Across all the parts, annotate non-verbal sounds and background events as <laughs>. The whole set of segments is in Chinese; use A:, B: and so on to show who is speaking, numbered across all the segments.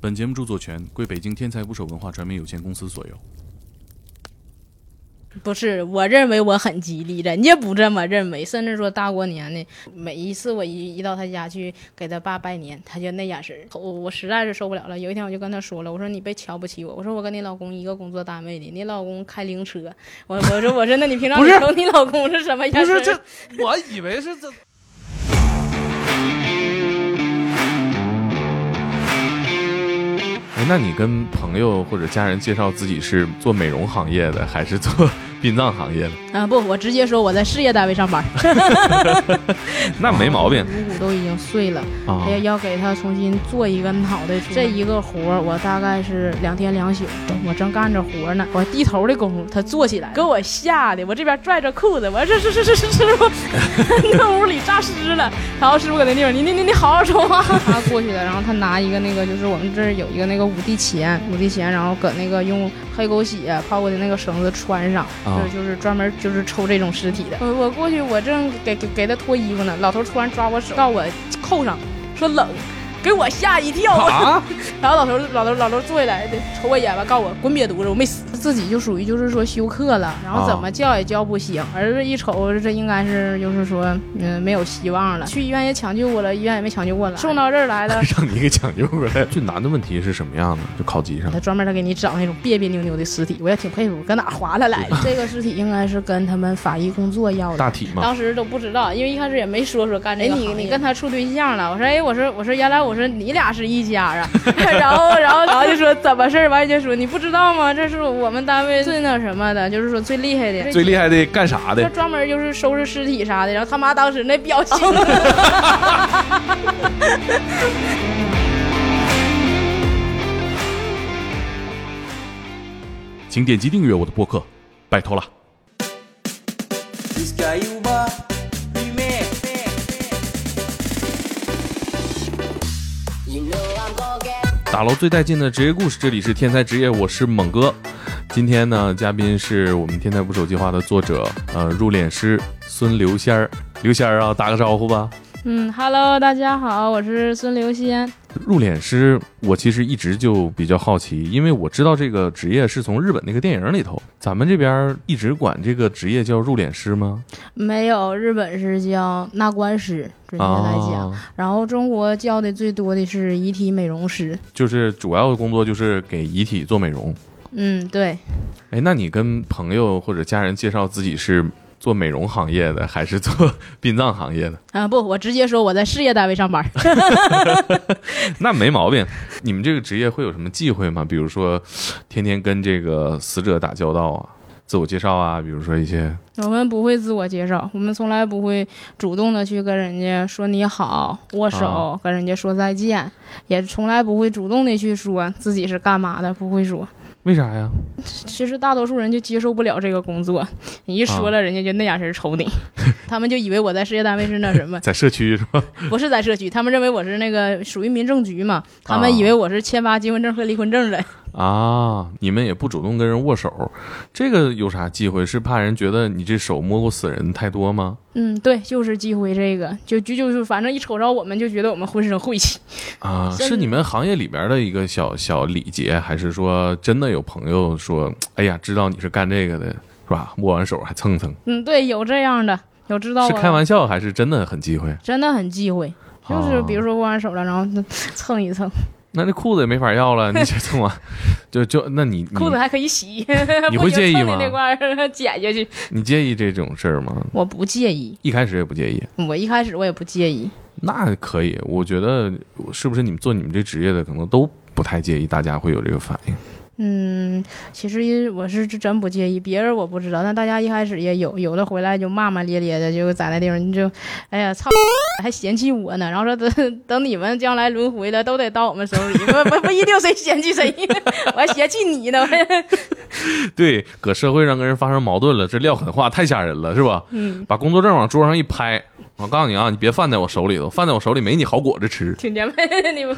A: 本节目著作权归北京天才捕手文化传媒有限公司所有。
B: 不是，我认为我很吉利，人家不这么认为，甚至说大过年的，每一次我一一到他家去给他爸拜年，他就那眼神儿，我我实在是受不了了。有一天我就跟他说了，我说你别瞧不起我，我说我跟你老公一个工作单位的，你老公开灵车，我我说我说那你平
C: <laughs>
B: 常
C: 不是
B: 瞅你老公是什么样？
C: 不是这，，我以为是这。
A: 哎，那你跟朋友或者家人介绍自己是做美容行业的，还是做 <laughs> 殡葬行业的？
B: 啊不，我直接说我在事业单位上班，
A: 那没毛病
B: 颅骨都已经碎了。
A: 啊
B: 还。要要给他重新做一个脑袋出来。这一个活儿，我大概是两天两宿，我正干着活儿呢，我低头的功夫，他坐起来，给我吓的，我这边拽着裤子，我说是是是是是师傅， <laughs> 那屋里诈尸了。然后师傅搁那地方，你你你你好好说话。他过去了，然后他拿一个那个，就是我们这儿有一个那个五帝钱，五帝钱，然后搁那个用黑狗血泡过的那个绳子穿上，
A: 啊。
B: 就是就是专门就是抽这种尸体的。我我过去，我正给给给他脱衣服呢，老头突然抓我手，到我扣上，说冷，给我吓一跳。
C: 啊！
B: <laughs> 然后老头老头老头坐下来，瞅我一眼吧，告诉我滚瘪犊子，我没死。自己就属于就是说休克了，然后怎么叫也叫不醒。儿子一瞅，这应该是就是说嗯、没有希望了。去医院也抢救过了，医院也没抢救过来，送到这儿来了
A: <laughs> 让你给抢救过来。最难的问题是什么样的？就考级上
B: <clears throat> 他专门他给你找那种别别扭扭的尸体，我也挺佩服，搁哪儿划拉来的？ <laughs> 这个尸体应该是跟他们法医工作要的。
A: 大体嘛。
B: 当时都不知道，因为一开始也没说说干这
D: 哎
B: 个
D: 你
B: 行业
D: 你跟
B: 他处对象了？我说哎，我说我说原来我说你俩是一家 <laughs> 啊，然后然后然后就说怎么事儿，完就说你不知道吗？这是我们单位最那什么的，就是说最厉害的，
A: 最厉害的干啥
B: 他
A: 的？
B: 专门就是收拾尸体啥的。然后他妈当时那
A: <laughs>
B: 表情，
A: 请点击订阅我的播客，拜托了。
E: Ska jobba, vi med. You know I'm gonna get.
A: 打捞最带劲的职业故事，这里是天才职业，我是猛哥。今天呢，嘉宾是我们天才捕手计划的作者，呃，入殓师孙刘仙儿。刘仙儿啊，打个招呼吧。
B: 嗯，Hello，大家好，我是孙刘仙，
A: 入殓师，我其实一直就比较好奇，因为我知道这个职业是从日本那个电影里头，咱们这边一直管这个职业叫入殓师吗？
B: 没有日本是叫纳棺师，准确来讲，
A: 啊，
B: 然后中国叫的最多的是遗体美容师，
A: 就是主要的工作就是给遗体做美容。
B: 嗯，对。
A: 哎，那你跟朋友或者家人介绍自己是做美容行业的，还是做 <laughs> 殡葬行业的？
B: 啊、不，我直接说我在事业单位上班。
A: <laughs> 那没毛病。你们这个职业会有什么忌讳吗？比如说，天天跟这个死者打交道啊，自我介绍啊，比如说一些
B: 我们不会自我介绍，我们从来不会主动的去跟人家说你好、握手，
A: 啊
B: 跟人家说再见，也从来不会主动的去说自己是干嘛的，不会说。
A: 为啥呀？
B: 其实大多数人就接受不了这个工作，你一
A: 啊
B: 说了，人家就那眼神瞅你， <laughs> 他们就以为我在事业单位是那什么，
A: <laughs> 在社区是吧？
B: 不是在社区，他们认为我是那个属于民政局嘛，他
A: 啊
B: 们以为我是签发结婚证和离婚证的。
A: 啊，你们也不主动跟人握手，这个有啥忌讳？是怕人觉得你这手摸过死人太多吗？
B: 嗯，对，就是忌讳这个，就就就是，反正一瞅着我们就觉得我们浑身晦气。
A: 啊，
B: 就是
A: 是你们行业里边的一个小小礼节，还是说真的有朋友说，哎呀，知道你是干这个的，是吧？握完手还蹭蹭，
B: 嗯，对，有这样的，有知道
A: 是
B: 我
A: 开玩笑还是真的很忌讳？
B: 真的很忌讳，就是
A: 啊
B: 比如说握完手了，然后 <laughs> 那蹭一蹭，
A: 那这裤子也没法要
B: <laughs>
A: 了，你这蹭完，就就那你你
B: 裤子还可以洗，
A: <laughs> 你
B: 不 <laughs>
A: 会
B: 行
A: 介意
B: 蹭的
A: 吗
B: 那块儿 <laughs> 剪下去，
A: 你介意这种事儿吗？
B: 我不介意，
A: 一开始也不介意，
B: 我一开始我也不介意，
A: 那可以。我觉得是不是你们做你们这职业的，可能都不太介意，大家会有这个反应。 <laughs>
B: 嗯，其实我是真不介意，别人我不知道，但大家一开始也有，有的回来就骂骂咧咧的，就在那地方你就，哎呀操， <laughs> 还嫌弃我呢，然后说等 <laughs> 等你们将来轮回了，都得到我们手里，不不不一定谁嫌弃谁， <laughs> 我还嫌弃你呢，我 <laughs> 还
A: 对，搁社会上跟人发生矛盾了，这撂狠话太吓人了，是吧？
B: 嗯，
A: 把工作证往桌上一拍，我告诉你啊，你别放在我手里头，放在我手里没你好果子吃。
B: 挺前辈的 <laughs> 你们。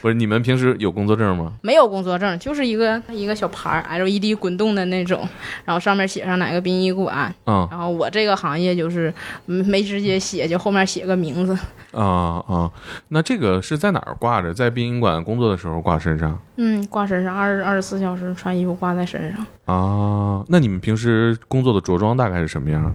A: 不是你们平时有工作证吗？
B: 没有工作证，就是一个一个小牌儿 LED 滚动的那种，然后上面写上哪个殡仪馆，
A: 啊
B: 然后我这个行业就是嗯没直接写，就后面写个名字。
A: 啊啊！那这个是在哪儿挂着？在殡仪馆工作的时候挂身上
B: 嗯，挂身上二二十四小时穿衣服挂在身上，
A: 啊？那你们平时工作的着装大概是什么样？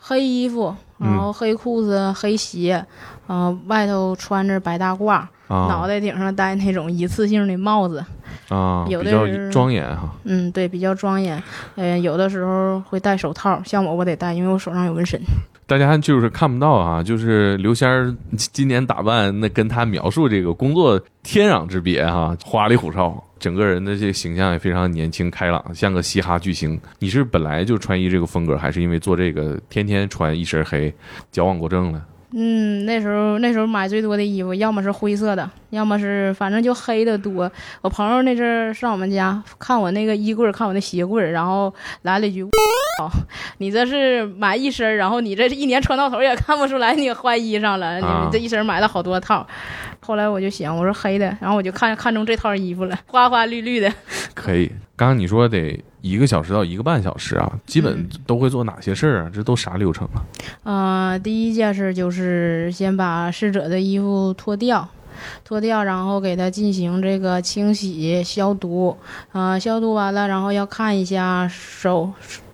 B: 黑衣服，然后黑裤子、黑鞋，嗯、外头穿着白大褂，
A: 啊，
B: 脑袋顶上戴那种一次性的帽子，
A: 啊，
B: 有
A: 比
B: 的
A: 较
B: 是
A: 庄严哈。
B: 嗯，对，比较庄严。嗯、有的时候会戴手套，像我我得戴，因为我手上有纹身。
A: 大家就是看不到啊，就是刘仙儿今年打扮，那跟他描述这个工作天壤之别哈、花里胡哨，整个人的这个形象也非常年轻开朗，像个嘻哈巨星。你是本来就穿衣这个风格，还是因为做这个天天穿一身黑，矫枉过正了？
B: 嗯，那时候那时候买最多的衣服，要么是灰色的，要么是反正就黑的多。我朋友那阵儿上我们家看我那个衣柜儿，看我那鞋柜儿，然后来了一句：“哦，你这是买一身儿，然后你这一年穿到头也看不出来你换衣裳了，
A: 啊
B: 你这一身儿买了好多套。”后来我就想，我说黑的，然后我就看看中这套衣服了，花花绿绿的。
A: 可以。刚刚你说得一个小时到一个半小时啊，基本
B: 嗯
A: 都会做哪些事儿啊？这都啥流程啊？
B: 呃，第一件事就是先把逝者的衣服脱掉，脱掉，然后给他进行这个清洗消毒。呃，消毒完了，然后要看一下手。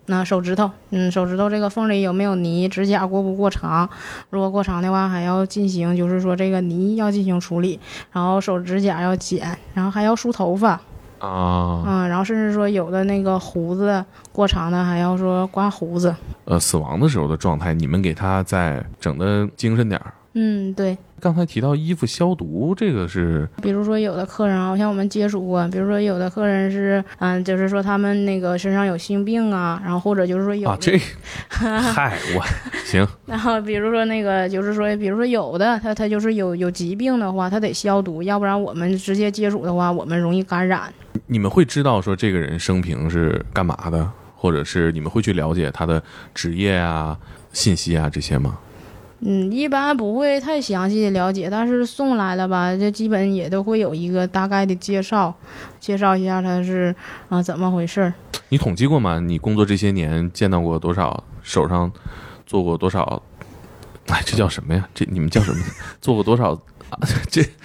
B: 那手指头，嗯，手指头这个缝里有没有泥？指甲过不过长？如果过长的话，还要进行，就是说这个泥要进行处理，然后手指甲要剪，然后还要梳头发，
A: 啊，
B: 嗯，然后甚至说有的那个胡子过长的，还要说刮胡子，
A: 呃，死亡的时候的状态，你们给他再整的精神点儿。
B: 嗯，对，
A: 刚才提到衣服消毒，这个是
B: 比如说有的客人啊，像我们接触过，比如说有的客人是，嗯，就是说他们那个身上有性病啊，然后或者就是说有的，
A: 啊，这嗨，我行
B: 然后比如说那个就是说，比如说有的他他就是有有疾病的话，他得消毒，要不然我们直接接触的话，我们容易感染。
A: 你们会知道说这个人生平是干嘛的，或者是你们会去了解他的职业啊、信息啊这些吗？
B: 嗯，一般不会太详细的了解，但是送来了吧，这基本也都会有一个大概的介绍，介绍一下他是啊、怎么回事儿。
A: 你统计过吗？你工作这些年见到过多少手上做过多少？哎，这叫什么呀？这你们叫什么？ <laughs> 做过多少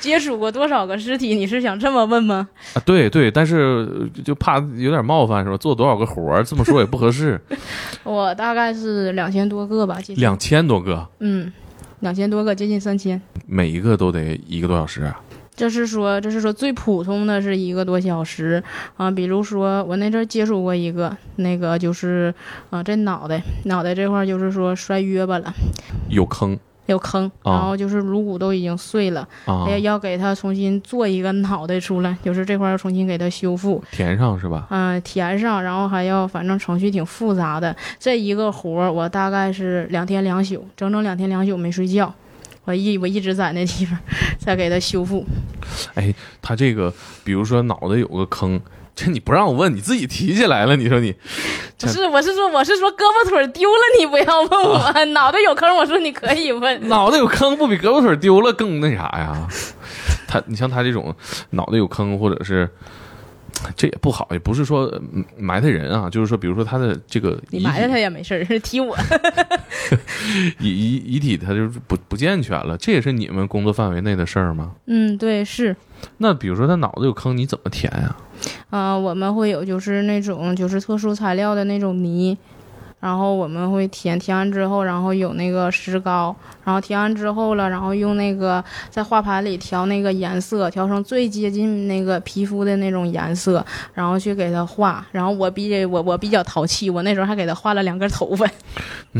B: 接触过多少个尸体？你是想这么问吗？
A: 啊？对对，但是呃就怕有点冒犯是吧？做多少个活儿？这么说也不合适。
B: 我大概是两千多个吧，接近
A: 两千多个，
B: 嗯，两千多个，接近三千。
A: 每一个都得一个多小时啊。
B: 这是说，这是说最普通的是一个多小时啊。比如说，我那阵儿接触过一个，那个就是啊，这脑袋脑袋这块儿就是说摔约巴了，
A: 有坑
B: 有坑，
A: 哦
B: 然后就是颅骨都已经碎了，哎
A: 啊
B: 要、，要给他重新做一个脑袋出来，就是这块儿要重新给他修复。
A: 填上是吧？
B: 嗯，填上，然后还要，反正程序挺复杂的。这一个活儿，我大概是两天两宿，整整两天两宿没睡觉。我一我一直在那地方，在给它修复。
A: 他这个，比如说脑袋有个坑，这你不让我问，你自己提起来了，你
B: <laughs>
A: 说你
B: 不是，我是说，我是说胳膊腿儿丢了，你不要问我， <laughs> 脑袋有坑，我说你可以问。
A: 脑袋有坑，不比胳膊腿丢了更那啥呀？他，你像他这种脑袋有坑，或者是这也不好，也不是说呃埋汰人啊，就是说，比如说他的这个遗
B: 你
A: 体
B: 埋汰他也没事儿，提我。
A: 遗遗遗体，他就是不不健全了，这也是你们工作范围内的事儿吗？
B: <laughs> 嗯，对，是。
A: 那比如说他脑袋有坑，你怎么填呀、
B: 啊、我们会有就是那种就是特殊材料的那种泥，然后我们会填填完之后，然后有那个石膏，然后填完之后了，然后用那个在画盘里调那个颜色，调成最接近那个皮肤的那种颜色，然后去给它画。然后我比我我比较淘气，我那时候还给它画了两根头发， <laughs>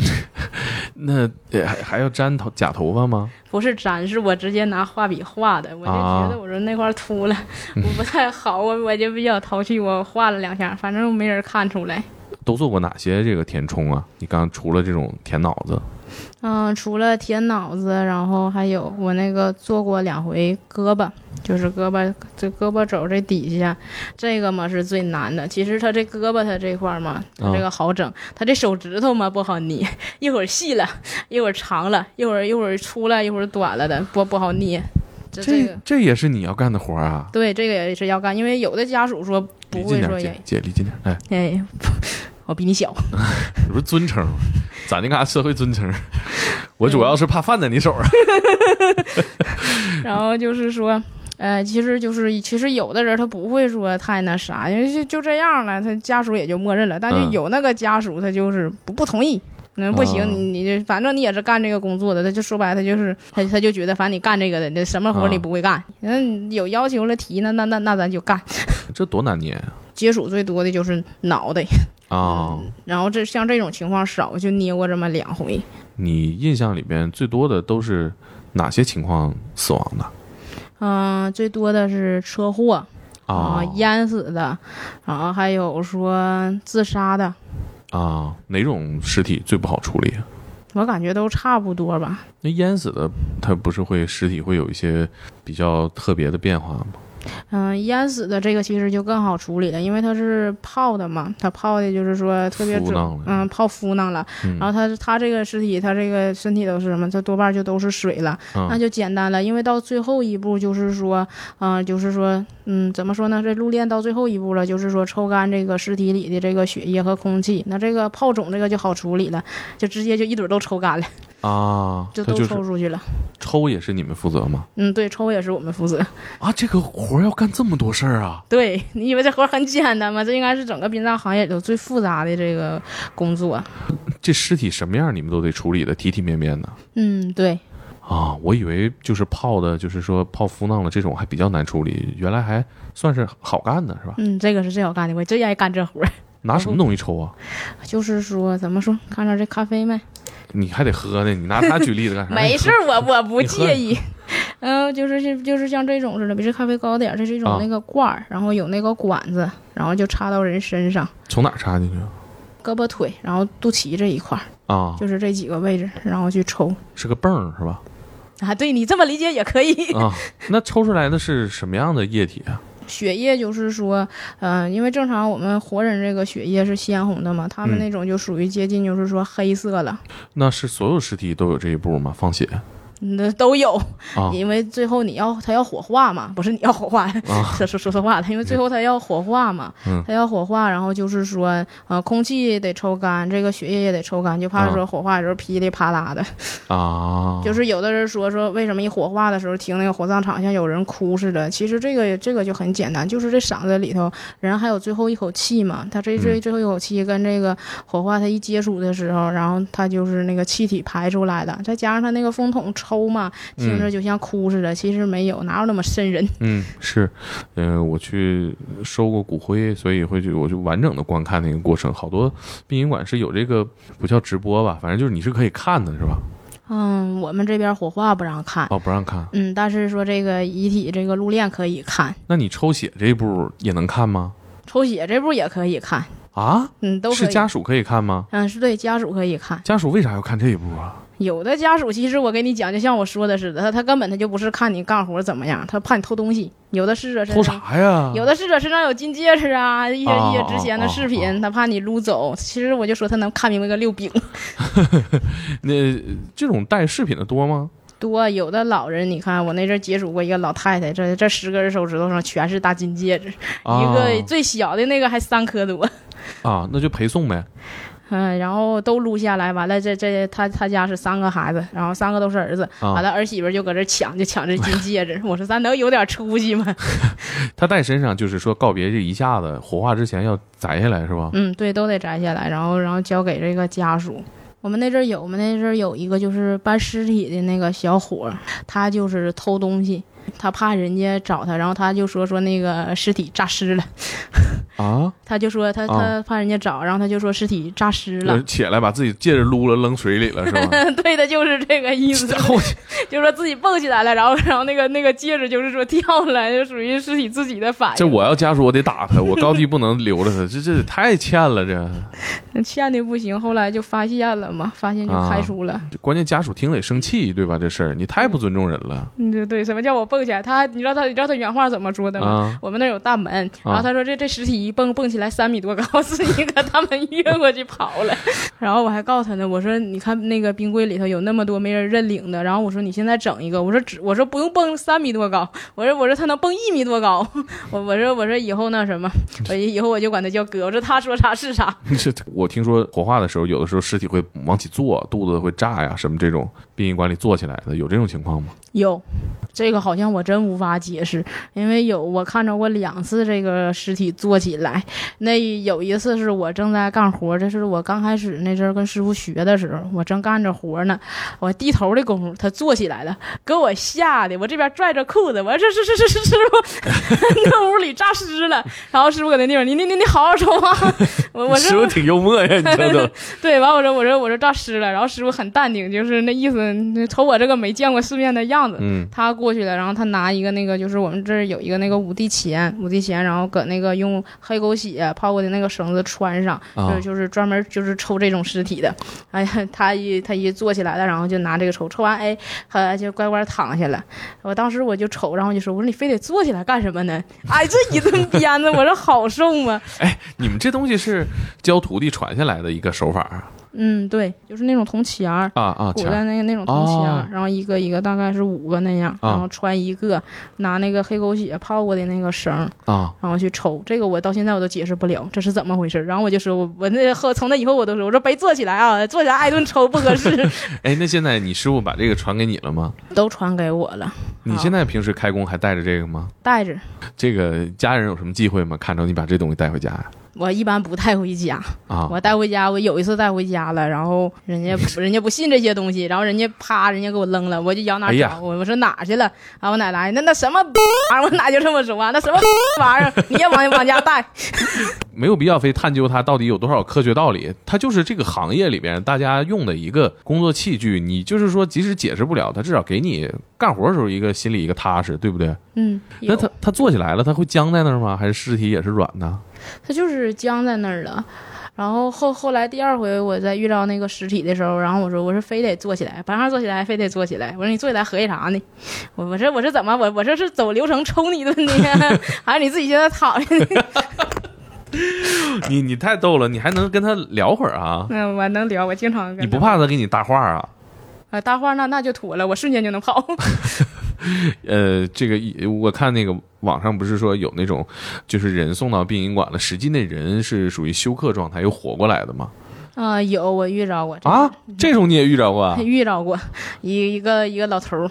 A: 那呃还还要粘头假头发吗？
B: 不是粘，是我直接拿画笔画的。我就
A: 啊
B: 觉得我说那块儿秃 <laughs> 了，我不太好，我我就比较淘气，我画了两下，反正没人看出来。
A: 都做过哪些这个填充啊？你刚除了这种填脑子，
B: 嗯，除了填脑子，然后还有我那个做过两回胳膊，就是胳膊这胳膊肘这底下，这个嘛是最难的。其实他这胳膊他这块儿嘛，它
A: 啊
B: 这个好整，他这手指头嘛不好捏，一会儿细了，一会儿长了，一会儿一会儿粗了，一会儿短了的，不不好捏。这这个
A: 这这也是你要干的活儿啊！
B: 对这个也是要干，因为有的家属说不
A: 离近
B: 会
A: 点
B: 说
A: 儿，姐
B: 也
A: 姐离近点儿，哎，
B: 哎， <laughs> 我比你小。
A: 你不是尊称吗？咱这嘎社会尊称，我主要是怕犯在你手啊上。
B: 然后就是说，呃，其实就是其实有的人他不会说太那啥，因为就就这样了，他家属也就默认了。但
A: 嗯
B: 就有那个家属他就是不不同意。那不行，
A: 哦
B: 你你这反正你也是干这个工作的，他就说白了，他就是他他就觉得，反正你干这个的，你什么活儿你
A: 啊
B: 不会干，嗯，有要求了提那那那那咱就干。
A: 这多难捏
B: 接触最多的就是脑袋，
A: 啊！
B: 然后这像这种情况少，就捏过这么两回。
A: 你印象里边最多的都是哪些情况死亡的
B: 嗯、最多的是车祸，啊，
A: 哦
B: 淹死的，然后还有说自杀的，
A: 啊，哪种尸体最不好处理啊？
B: 我感觉都差不多吧。
A: 那淹死的，它不是会尸体会有一些比较特别的变化吗？
B: 嗯，淹死的这个其实就更好处理了，因为它是泡的嘛，它泡的就是说特别
A: 浮
B: 准
A: 浪了，
B: 嗯，泡敷囊了。
A: 嗯
B: 然后它它这个尸体，它这个身体都是什么？它多半就都是水了，那
A: 嗯
B: 就简单了。因为到最后一步就是说，嗯、就是说，嗯，怎么说呢？这入殓到最后一步了，就是说抽干这个尸体里的这个血液和空气。那这个泡肿这个就好处理了，就直接就一堆儿都抽干了。
A: 啊，
B: 就
A: 它
B: 都
A: 就是
B: 抽出去了。
A: 抽也是你们负责吗？
B: 嗯，对，抽也是我们负责。 <laughs>
A: 啊，这个活儿要干这么多事儿啊！
B: 对你以为这活儿很简单吗？这应该是整个殡葬行业里头最复杂的这个工作。
A: 这尸体什么样你们都得处理的体体面面的
B: 嗯，对，
A: 啊！我以为就是泡的，就是说泡敷弄了这种还比较难处理，原来还算是好干的是吧？
B: 嗯，这个是最好干的，我最愿意干这活儿。 <laughs>
A: 拿什么东西抽啊？
B: 就是说，怎么说？看着这咖啡没？
A: 你还得喝呢，你拿它举例子干啥？
B: 没事，儿，我我不
A: 你哎喝
B: 介意。 <laughs> 嗯，就是是就是像这种似的，比这咖啡高点儿，这是一种
A: 啊
B: 那个罐儿，然后有那个管子，然后就插到人身上，
A: 从哪儿插进去
B: 胳膊腿，然后肚脐这一块儿，
A: 啊？
B: 就是这几个位置，然后去抽。 <laughs>
A: 是个泵儿是吧？
B: 啊，对你这么理解也可以。
A: 啊，那抽出来的是什么样的液体啊？
B: 血液就是说，嗯、因为正常我们活人这个血液是鲜红的嘛，他们
A: 嗯
B: 那种就属于接近就是说黑色了，
A: 那是所有尸体都有这一步吗？放血
B: 那、都有，
A: 啊
B: 因为最后你要他要火化嘛，不是你要火化，
A: 啊！
B: <laughs> 说说说错话了，因为最后他要火化嘛，
A: 嗯
B: 他要火化，然后就是说，呃，空气得抽干，这个血液也得抽干，就怕说火化的时候噼里啪啦的，
A: 啊，
B: 就是有的人说说为什么一火化的时候听那个火葬场像有人哭似的，其实这个这个就很简单，就是这嗓子里头人还有最后一口气嘛，他这这
A: 嗯
B: 最后一口气跟这个火化他一接触的时候，然后他就是那个气体排出来的，再加上他那个风筒抽嘛，听着就像哭似的，其实没有，哪有那么瘆人？ <laughs>
A: 嗯是，呃，我去收过骨灰，所以会去我就完整的观看那个过程。好多殡仪馆是有这个不叫直播吧，反正就是你是可以看的是吧？
B: 嗯，我们这边火化不让看。
A: 哦，不让看，
B: 嗯，但是说这个遗体这个入殓可以看，
A: 那你抽血这一步也能看吗？
B: 抽血这步也可以看，
A: 啊，
B: 嗯，都可
A: 是
B: 以。
A: 家属可以看吗？
B: 嗯，是对家属可以看。
A: 家属为啥要看这一步啊？
B: 有的家属其实我跟你讲，就像我说的似的，他他根本他就不是看你干活怎么样，他怕你偷东西。有的逝者身
A: 偷
B: 上，
A: 啥呀？
B: 有的逝者身上有金戒指啊，一些
A: 哦
B: 一些值钱的
A: 哦
B: 饰品，
A: 哦
B: 他怕你撸走。其实我就说他能看明白个六饼。
A: 那这种带饰品的多吗？
B: 多有的老人，你看我那阵儿接触过一个老太太，这这十根手指头上全是大金戒指，
A: 啊
B: 一个最小的那个还三颗多。
A: 啊，那就陪送呗。
B: 嗯，然后都撸下来，完了这这他他家是三个孩子，然后三个都是儿子，
A: 啊
B: 完了儿媳妇就搁这抢，就抢这金戒指。我说咱能有点出息吗？
A: 他带身上就是说告别这一下子火化之前要摘下来是吧？
B: 嗯，对，都得摘下来，然后然后交给这个家属。我们那阵儿有，我们那阵儿有一个就是搬尸体的那个小伙儿，他就是偷东西，他怕人家找他，然后他就说说那个尸体诈尸了，
A: 啊，
B: 他就说他他怕人家找，然后他就说尸体诈尸了
A: 就是。起来把自己戒指撸了扔水里了是吧？
B: <laughs> 对的，就是哎这个意思，
A: 然后
B: 就是说自己蹦起来了，然后然后那个那个戒指就是说掉了，就属于尸体自己的反应。
A: 这我要家属我得打他，我高低不能留着他，这这太欠了这。
B: 欠的不行，后来就发现了嘛，发现就开除了。
A: 关键家属听了也生气，对吧？这事儿你太不尊重人了
B: 嗯，对对，什么叫我蹦起来？他还你知道他你知道他原话怎么说的吗？
A: 啊！
B: 我们那儿有大门，然
A: 啊
B: 后他说这这尸体一蹦蹦起来三米多高，自己搁大门越过去跑了。然后我还告诉他呢，我说你看那个冰柜里头有那么多没人认领的，然后我说你现在整一个，我说只我说不用蹦三米多高，我说我说他能蹦一米多高，我我说我说以后那什么，我以后我就管他叫哥，我说他说啥是啥。
A: 这我听说火化的时候，有的时候尸体会往起坐，肚子会炸呀，什么这种殡仪馆里坐起来的，有这种情况
B: <laughs>
A: 吗？
B: 有，这个好像我真无法解释，因为有我看着过两次这个尸体坐起来，那有一次是我正在干活，这是我刚开始那阵儿跟师傅学的时候，我正干着活呢，我低头的功夫他坐起来了，给我吓得我这边拽着裤子，我说是是是是师傅， <laughs> 那屋里诈尸了，然后师傅搁那地方，你你你你好好说话，我我
A: 师傅
B: 说 <laughs>
A: 挺幽默呀，你瞅瞅，
B: 对，完我说我说我说诈尸了，然后师傅很淡定，就是那意思，瞅我这个没见过世面的样子，
A: 嗯
B: 他过去了，然后他拿一个那个，就是我们这儿有一个那个五帝钱，五帝钱，然后搁那个用黑狗血泡过的那个绳子穿上，
A: 啊
B: 就是就是专门就是抽这种尸体的。 <laughs> 哎呀，他一他一坐起来了，然后就拿这个抽，抽完哎，他就乖乖躺下了。我当时我就瞅，然后我就说，我说你非得坐起来干什么呢？ <laughs> 哎，这一顿鞭子，我说好受啊吗？
A: 你们这东西是教徒弟传下来的一个手法啊
B: 嗯，对，就是那种铜钱儿，
A: 啊啊！
B: 古
A: 钱
B: 代
A: 儿
B: 那个那种铜钱儿
A: 哦，
B: 然后一个一个大概是五个那样，
A: 啊
B: 然后穿一个，拿那个黑狗血泡过的那个绳儿，
A: 啊，
B: 然后去抽。这个我到现在我都解释不了，这是怎么回事儿。然后我就说，我我那后从那以后我都说，我说别坐起来啊，坐起来挨顿抽不合适。
A: 哎，那现在你师傅把这个传给你了吗？
B: <laughs> 都传给我了，
A: 你现在平时开工还带着这个吗？
B: 带着。
A: 这个家人有什么忌讳吗？看着你把这东西带回家呀？
B: 我一般不带回家，
A: 啊，
B: 我带回家，我有一次带回家了，然后人家人家不 <laughs> 信这些东西，然后人家啪，人家给我扔了，我就摇哪
A: 哎呀
B: 找，我、我说哪儿去了？啊，我奶奶那那什么玩意儿，我奶就这么说啊，那什么玩意儿，你也往往家带，
A: 没有必要非探究它到底有多少科学道理，它就是这个行业里边大家用的一个工作器具。你就是说，即使解释不了，它至少给你干活的时候一个心里一个踏实，对不对？
B: 嗯，
A: 那
B: 有
A: 它它坐起来了，它会僵在那儿吗？还是尸体也是软的？
B: 他就是僵在那儿了。然后后后来第二回我再遇到那个尸体的时候，然后我说我说非得坐起来，不让坐起来还非得坐起来。我说你坐起来合计啥呢？我我这我这怎么我我这是走流程抽你一顿呢， <laughs> 还是你自己现在躺下呢？ <laughs>
A: 你你太逗了，你还能跟他聊会儿啊？
B: <laughs> 那嗯我能聊，我经常跟他
A: 你不怕他给你搭话啊？
B: 啊？搭话那那就妥了，我瞬间就能跑。 <laughs>
A: 呃，这个我看那个网上不是说有那种，就是人送到殡仪馆了，实际那人是属于休克状态又活过来的吗？
B: 啊、有我遇着过这
A: 啊，这种你也遇着过啊？
B: 遇到过 <laughs> 一一个一个老头儿，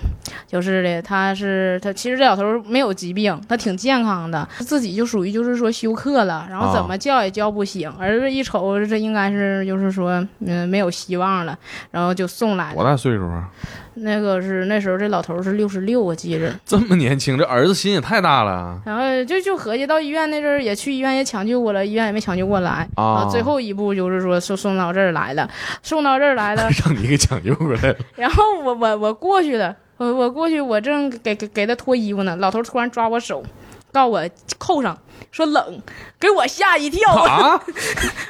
B: 就是的，他是他其实这老头儿没有疾病，他挺健康的，自己就属于就是说休克了，然后怎
A: 啊
B: 么叫也叫不醒，儿子一瞅这应该是就是说嗯、没有希望了，然后就送来
A: 多
B: 了。
A: 大岁数啊？
B: 那个是那时候这老头儿是六十六，我
A: <laughs>
B: 记着，
A: 这么年轻，这儿子心也太大
B: <laughs>
A: 了
B: 然后就就合计到医院那阵儿也去医院也抢救过了，医院也没抢救过来。
A: 啊！
B: 最后一步就是说送送到这儿来了，送到这儿来了，
A: 让你给抢救过来了，
B: 然后我我我过去了，我我过去，我正给给给他脱衣服呢，老头突然抓我手，告我扣上，说冷，给我吓一跳。
A: 啊！
B: <laughs>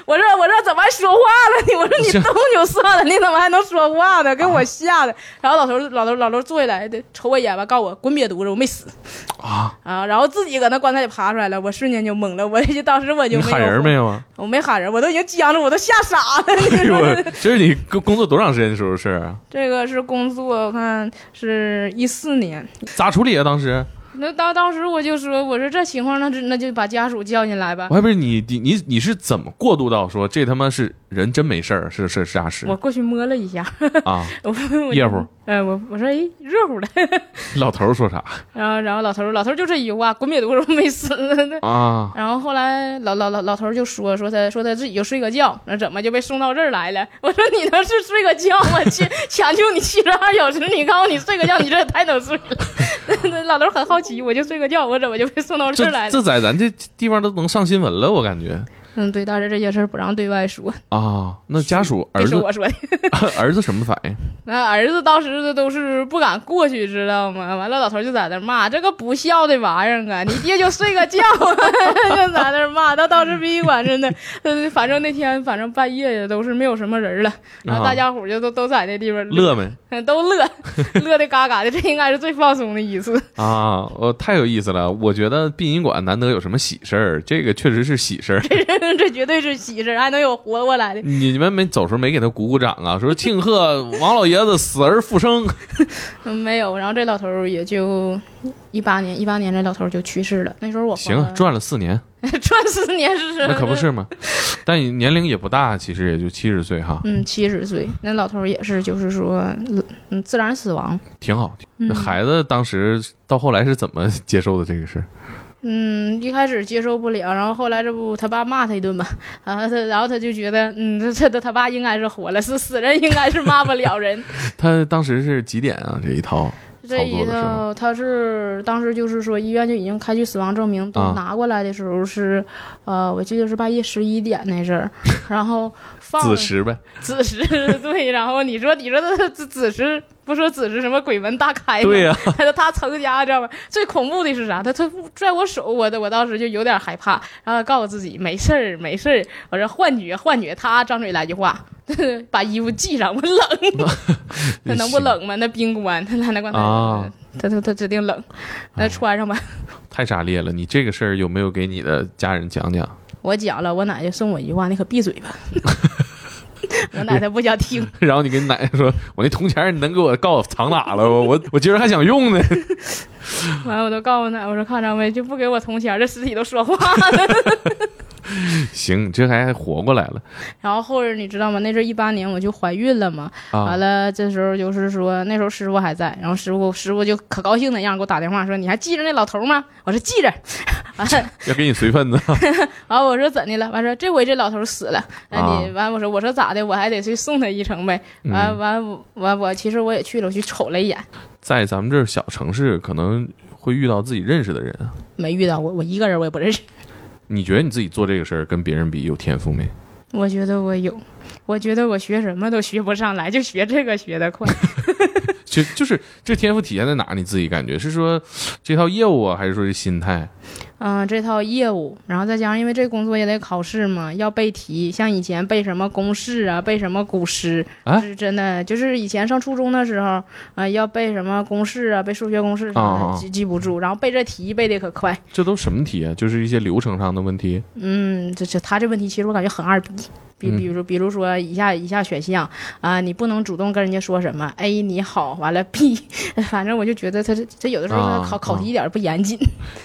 B: 我说我说怎么还说话了 <laughs> 你？我说你
A: 这
B: 动就算了，你怎么还能说话呢？给我吓的。然后老头老头老头坐下来，得瞅我一眼吧，告我滚瘪犊子，我没死
A: 啊
B: 啊！然后自己搁那棺材里爬出来了，我瞬间就懵了，我 <laughs> 就当时我就
A: 你
B: 没有
A: 喊人没有
B: <laughs>
A: 啊？
B: 我没喊人，我都已经僵着，我都吓傻了。你
A: 哎
B: 说
A: 呦，我这是你工工作多长时间的时候的事儿啊？
B: <laughs> 这个是工作，我看是一四年。
A: 咋处理啊？当时
B: 那当当时我就说，我说这情况，那就那就把家属叫进来吧
A: 我。还不是你你你你是怎么过渡到说这他妈是人真没事儿，是是是啥实
B: 我过去摸了一下，
A: 啊？
B: 我我
A: 夜壶，
B: 呃，我我说哎，热乎的， <laughs>
A: 老头儿说啥
B: 然后然后老头儿老头儿就这一句话，滚瘪犊子我没死。
A: 啊？
B: <laughs> 然后后来老老老老头儿就说说他说他自己就睡个觉，那怎么就被送到这儿来了？ <laughs> 我说你能是睡个觉吗？ <laughs> 去抢救你七十二小时，你告诉你睡个觉，你这也太能睡了。 <laughs> 那老头儿很好奇，我就睡个觉，我怎么就被送到这儿来
A: 这这
B: 了？
A: 在咱这地方都能上新闻了，我感觉
B: 嗯，对，但是这些事儿不让对外说，
A: 啊。那家属
B: 这
A: 儿
B: 是
A: 子
B: 我说的。 <laughs>
A: 儿子什么反应？
B: 那儿子当时都是不敢过去，知道吗？完了，老头就在那骂：“这个不孝的玩意儿啊！你爹就睡个觉， <laughs> 就在那骂。”到当时殡仪馆真的，呃反正那天反正半夜也都是没有什么人了，然后
A: 啊
B: 大家伙就都都在那地方
A: 乐没？
B: 都
A: <laughs>
B: 乐 <laughs> 乐的嘎嘎的。这应该是最放松的一次。 <laughs>
A: 啊，呃，太有意思了！我觉得殡仪馆难得有什么喜事儿，这个确实是喜
B: <laughs>
A: 事儿。
B: 这绝对是喜事儿，还能有活过来的。
A: 你们没走时候没给他鼓鼓掌啊？说庆贺王老爷子死而复
B: <laughs>
A: 生
B: 嗯，没有。然后这老头儿也就一八年，一八年这老头儿就去世了。那时候我
A: 行
B: 慌
A: 啊，
B: <laughs> 了
A: 赚了四年，
B: 赚四年是是，
A: 那
B: <laughs>
A: 可不是嘛。但你年龄也不大，其实也就七十岁哈，
B: 嗯，七十岁，那老头儿也是，就是说，嗯，自然死亡。
A: 挺好。
B: 嗯
A: 那孩子当时到后来是怎么接受的这个事儿？
B: 嗯，一开始接受不了，然后后来这不他爸骂他一顿嘛，然后他，然后他就觉得，嗯，这这他他爸应该是活了，是死人应该是骂不
A: <laughs>
B: 了人。
A: 他当时是几点啊？这一套
B: 这一
A: 操作的时
B: 套
A: 候
B: 他是当时就是说医院就已经开具死亡证明都
A: 啊
B: 拿过来的时候是，呃，我记得是半夜十一点那阵
A: <laughs>
B: 儿，然后放
A: 子
B: 了
A: 时呗，
B: 子时对，然后你说你说他子子时不说子时什么鬼门大开吗？
A: 对呀、
B: <laughs> 他说他成家，知道吗？最恐怖的是啥？他他拽我手，我的我当时就有点害怕，然后告诉自己没事儿没事儿，我说幻觉幻觉。他张嘴来句话， <laughs> 把衣服系上，我冷，他能不冷吗？那冰棺， <laughs> 他来那棺材，
A: 哎啊
B: 他他他指定冷，那穿上吧。
A: 太炸裂了！你这个事儿有没有给你的家人讲讲？
B: 我讲了，我奶就送我一句话，你可闭嘴吧。我奶她不想听，
A: 然后你跟你奶奶说，我那铜钱儿你能给我告我藏哪了？我我我今儿还想用呢。 <laughs>
B: 完了我都告诉奶，我说看张威就不给我铜钱儿，这尸体都说话了。 <laughs>
A: 行，这还活过来了
B: 然后后边你知道吗？那阵一八年我就怀孕了嘛，
A: 啊
B: 完！了，这时候就是说，那时候师傅还在，然后师傅师傅就可高兴那样给我打电话说：“你还记着那老头吗？”我说：“记着。” <laughs> 完了，
A: 要给你随份子 <laughs>
B: 完了我说怎的了？完说这回这老头死了，那你
A: 啊
B: 完我说我说咋的？我还得去送他一程呗。完
A: 嗯
B: 完我完我其实我也去了，我去瞅了一眼，
A: 在咱们这儿小城市，可能会遇到自己认识的人啊。
B: 没遇到过，我一个人我也不认识。
A: 你觉得你自己做这个事儿跟别人比有天赋没？
B: 我觉得我有，我觉得我学什么都学不上来，就学这个学得快。
A: 就就是这天赋体现在哪？你自己感觉是说这套业务啊，还是说这心态？
B: 嗯，这套业务，然后再加上因为这工作也得考试嘛，要背题，像以前背什么公式啊，背什么古诗，
A: 啊
B: 是真的，就是以前上初中的时候，啊、要背什么公式啊，背数学公式啥
A: 哦
B: 的
A: 哦
B: 记记不住，然后背这题背的可快，
A: 这都什么题啊？就是一些流程上的问题
B: 嗯，这这他这问题其实我感觉很二逼。比比如说，比如说以下以下选项啊、你不能主动跟人家说什么 A 你好，完了 B，反 <laughs> 正我就觉得他这他有的时候他
A: 啊
B: 考、考
A: 啊
B: 题一点儿不严谨，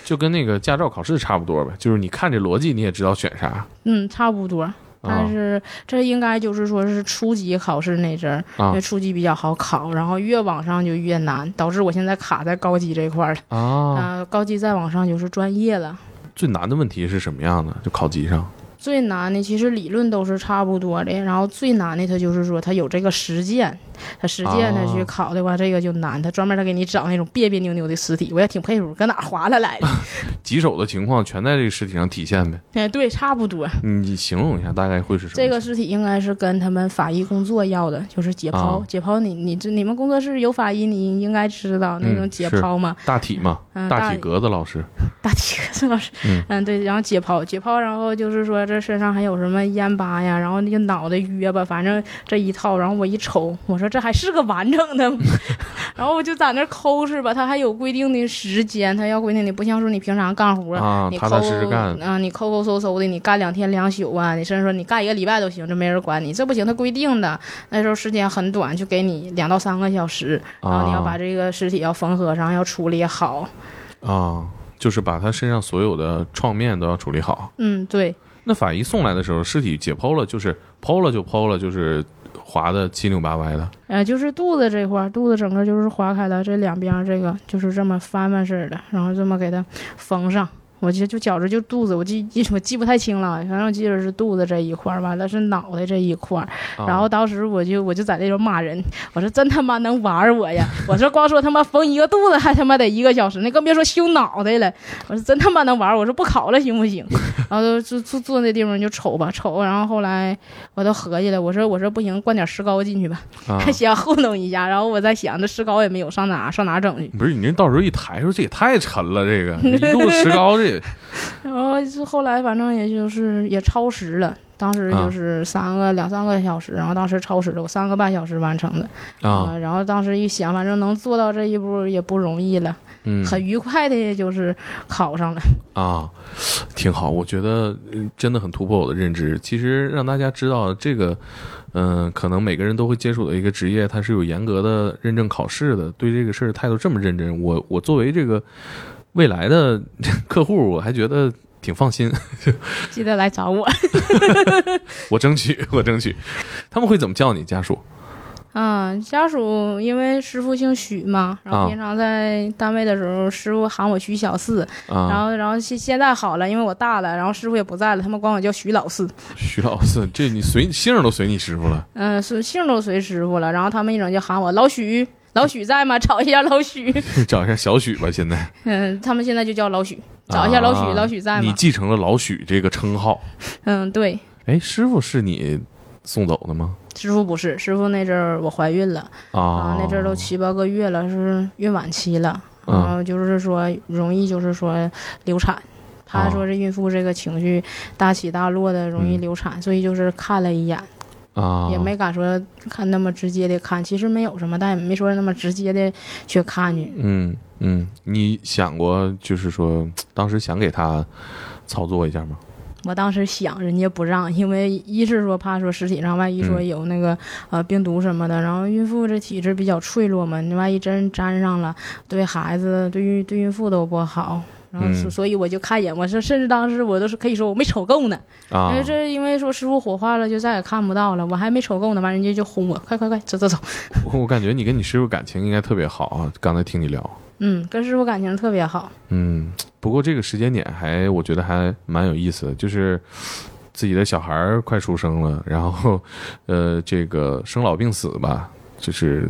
A: 就跟那个驾照考试差不多呗。就是你看这逻辑，你也知道选啥
B: 嗯，差不多。但
A: 啊
B: 是这应该就是说是初级考试那阵儿，因
A: 啊
B: 为初级比较好考，然后越往上就越难，导致我现在卡在高级这一块儿
A: 啊！
B: 了。啊、高级再往上就是专业了。
A: 最难的问题是什么样的？就考级上
B: 最难的其实理论都是差不多的，然后最难的它就是说它有这个实践，它实践它去
A: 哦
B: 考的话，这个就难。它专门它给你找那种别别扭扭的尸体，我也挺佩服，搁哪儿划拉来的？
A: 棘手的情况全在这个尸体上体现呗。
B: 哎， <laughs> 对，差不多。
A: 你形容一下大概会是什么？
B: 这个尸体应该是跟他们法医工作要的，就是解剖。
A: 啊
B: 解剖你，你这你们工作室有法医，你应该知道那种
A: 嗯
B: 解
A: 是
B: 剖嘛。
A: 大体嘛，
B: 嗯
A: 大
B: 大
A: 体格子老师
B: 大体格子老师，
A: 嗯
B: 对，然后解剖，解剖，然后就是说这身上还有什么烟疤呀，然后那个脑袋约吧，反正这一套。然后我一瞅，我说这还是个完整的吗， <laughs> 然后我就在那儿抠是吧？他还有规定的时间，他要规定的，不像说你平常干活，
A: 啊，
B: 你抠
A: 踏踏实实干，
B: 啊，你抠抠搜搜的，你干两天两宿啊，你甚至说你干一个礼拜都行，这没人管你。这不行，他规定的，那时候时间很短，就给你两到三个小时，然后你
A: 啊
B: 要把这个尸体要缝合上，要处理好。
A: 啊，就是把他身上所有的创面都要处理好。
B: 嗯，对，
A: 那法医送来的时候，尸体解剖了，就是剖了就剖了，就是划的七扭八歪的。
B: 呃，就是肚子这块儿，肚子整个就是划开了，这两边儿这个就是这么翻翻似的，然后这么给它缝上。我记得就觉着就肚子，我记记我记不太清了，反正我记得是肚子这一块儿，完了是脑袋这一块儿。
A: 啊
B: 然后当时我就我就在那边骂人， <laughs> 我说真他妈能玩儿我呀！ <laughs> 我说光说他妈缝一个肚子还他妈得一个小时，那更别说修脑袋了。 <laughs> 我说真他妈能玩儿，我说不考了行不行？ <laughs> 然后就坐坐那地方就瞅吧瞅，然后后来我都合计了，我说我说不行，灌点石膏进去吧，
A: 啊，
B: <laughs> 想糊弄一下。然后我在想，那石膏也没有，上哪上哪整去？
A: 不是你这到时候一抬说这也太沉了，这个一肚子石膏这
B: <laughs> 然后就后来反正也就是也超时了。当时
A: 啊
B: 就是三个、两三个小时，然后当时超时了，我三个半小时完成的
A: 啊，
B: 呃然后当时一想，反正能做到这一步也不容易了，
A: 嗯
B: 很愉快的就是考上了。
A: 啊，挺好，我觉得呃真的很突破我的认知。其实让大家知道这个，嗯、可能每个人都会接触的一个职业，它是有严格的认证考试的，对这个事儿态度这么认真，我我作为这个未来的 <laughs> 客户，我还觉得挺放心。 <laughs>
B: 记得来找我。 <laughs>
A: 我争取， <laughs> 我争取。他们会怎么叫你家属？
B: 嗯，家属因为师傅姓许嘛，然
A: 啊
B: 后平常在单位的时候，师傅喊我徐小四，然
A: 啊，
B: 后然后现现在好了，因为我大了，然后师傅也不在了，他们管我叫徐老四。
A: 徐老四，这你随姓儿都随你师傅了。 <laughs>
B: 嗯，随姓都随师傅了，然后他们一整就喊我老许，老许在吗？ <laughs> 找一下老许。
A: 找一下小许吧，现在
B: 嗯，他们现在就叫老许，找一下老许，
A: 啊
B: 老许在
A: 你
B: 吗？
A: 继承了老许这个称号。
B: 嗯，对，
A: 哎，师傅是你送走的吗？
B: 师傅不是，师傅那阵儿我怀孕了啊
A: 啊，，
B: 那阵儿都七八个月了，是孕晚期了，然
A: 嗯
B: 后就是说容易就是说流产。他
A: 哦
B: 说这孕妇这个情绪大起大落的，容易
A: 嗯
B: 流产，所以就是看了一眼，
A: 啊，
B: 也没敢说看那么直接的看，其实没有什么，但也没说那么直接的去看去。
A: 嗯嗯，你想过就是说，当时想给他操作一下吗？
B: 我当时想，人家不让，因为一是说怕说尸体上万一说
A: 嗯
B: 有那个、呃病毒什么的，然后孕妇这体质比较脆弱嘛，你万一真沾上了，对孩子、对孕对孕妇都不好。然后所
A: 嗯
B: 所以我就看一眼，我说甚至当时我都是可以说我没瞅够呢，
A: 啊
B: 因为这因为说师傅火化了就再也看不到了，我还没瞅够呢，完人家就轰我，快快快走走走，
A: 我我感觉你跟你师傅感情应该特别好啊。刚才听你聊，
B: 嗯，跟师傅感情特别好，
A: 嗯，不过这个时间点还我觉得还蛮有意思的，就是自己的小孩儿快出生了，然后呃，这个生老病死吧，就是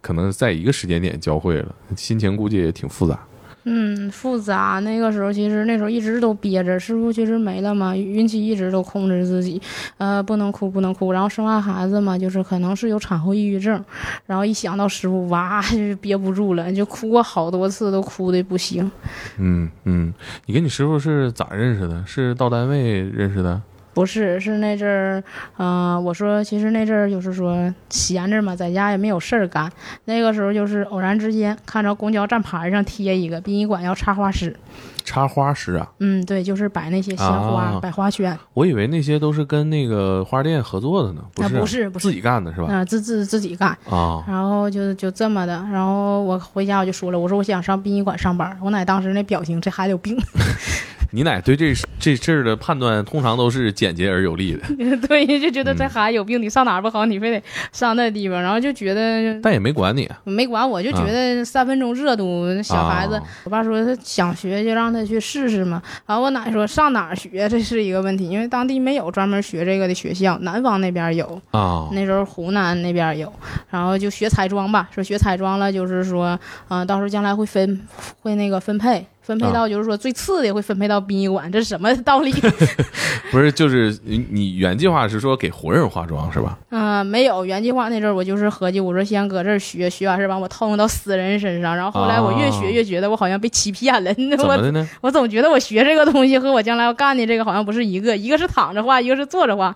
A: 可能在一个时间点交汇了，心情估计也挺复杂。
B: 嗯，复杂。那个时候其实那时候一直都憋着，师傅其实没了嘛，孕期一直都控制自己，呃，不能哭，不能哭。然后生完孩子嘛，就是可能是有产后抑郁症，然后一想到师傅，哇， <laughs> 就是憋不住了，就哭过好多次，都哭的不行。
A: 嗯嗯，你跟你师傅是咋认识的？是到单位认识的？
B: 不是，是那阵儿，嗯、我说其实那阵儿就是说闲着嘛，在家也没有事儿干。那个时候就是偶然之间看着公交站牌上贴一个殡仪馆要插花师，
A: 插花师啊？
B: 嗯，对，就是摆那些鲜花，
A: 啊
B: 摆花圈。
A: 我以为那些都是跟那个花店合作的呢，不
B: 啊
A: 是啊、
B: 不是不是
A: 自己干的是吧？
B: 嗯、自自自己干，
A: 啊、
B: 然后就就这么的，然后我回家我就说了，我说我想上殡仪馆上班，我奶当时那表情，这孩子有病， <laughs>
A: 你奶对这这事儿的判断通常都是简洁而有力的，
B: 嗯对，就觉得这孩子有病，你上哪儿不好，你非得上那地方，然后就觉得。
A: 但也没管你啊。
B: 没管我，就觉得三分钟热度，小孩
A: 哦
B: 子。我爸说他想学就让他去试试嘛。然后我奶说上哪儿学这是一个问题，因为当地没有专门学这个的学校，南方那边有。
A: 啊、哦
B: 那时候湖南那边有，然后就学彩妆吧，说学彩妆了，就是说，嗯、到时候将来会分，会那个分配，分配
A: 啊
B: 到就是说最次的会分配到殡仪馆，这是什么道理？ <laughs>
A: 不是，就是你你原计划是说给活人化妆是吧？
B: 嗯、没有原计划那阵儿，我就是合计，我说先搁这儿学，学完事儿完我套用到死人身上，然后后来我越学越觉得我好像被欺骗了，
A: 啊
B: <laughs>
A: 怎么
B: 我
A: 的呢？
B: 我总觉得我学这个东西和我将来要干的这个好像不是一个，一个是躺着画，一个是坐着画，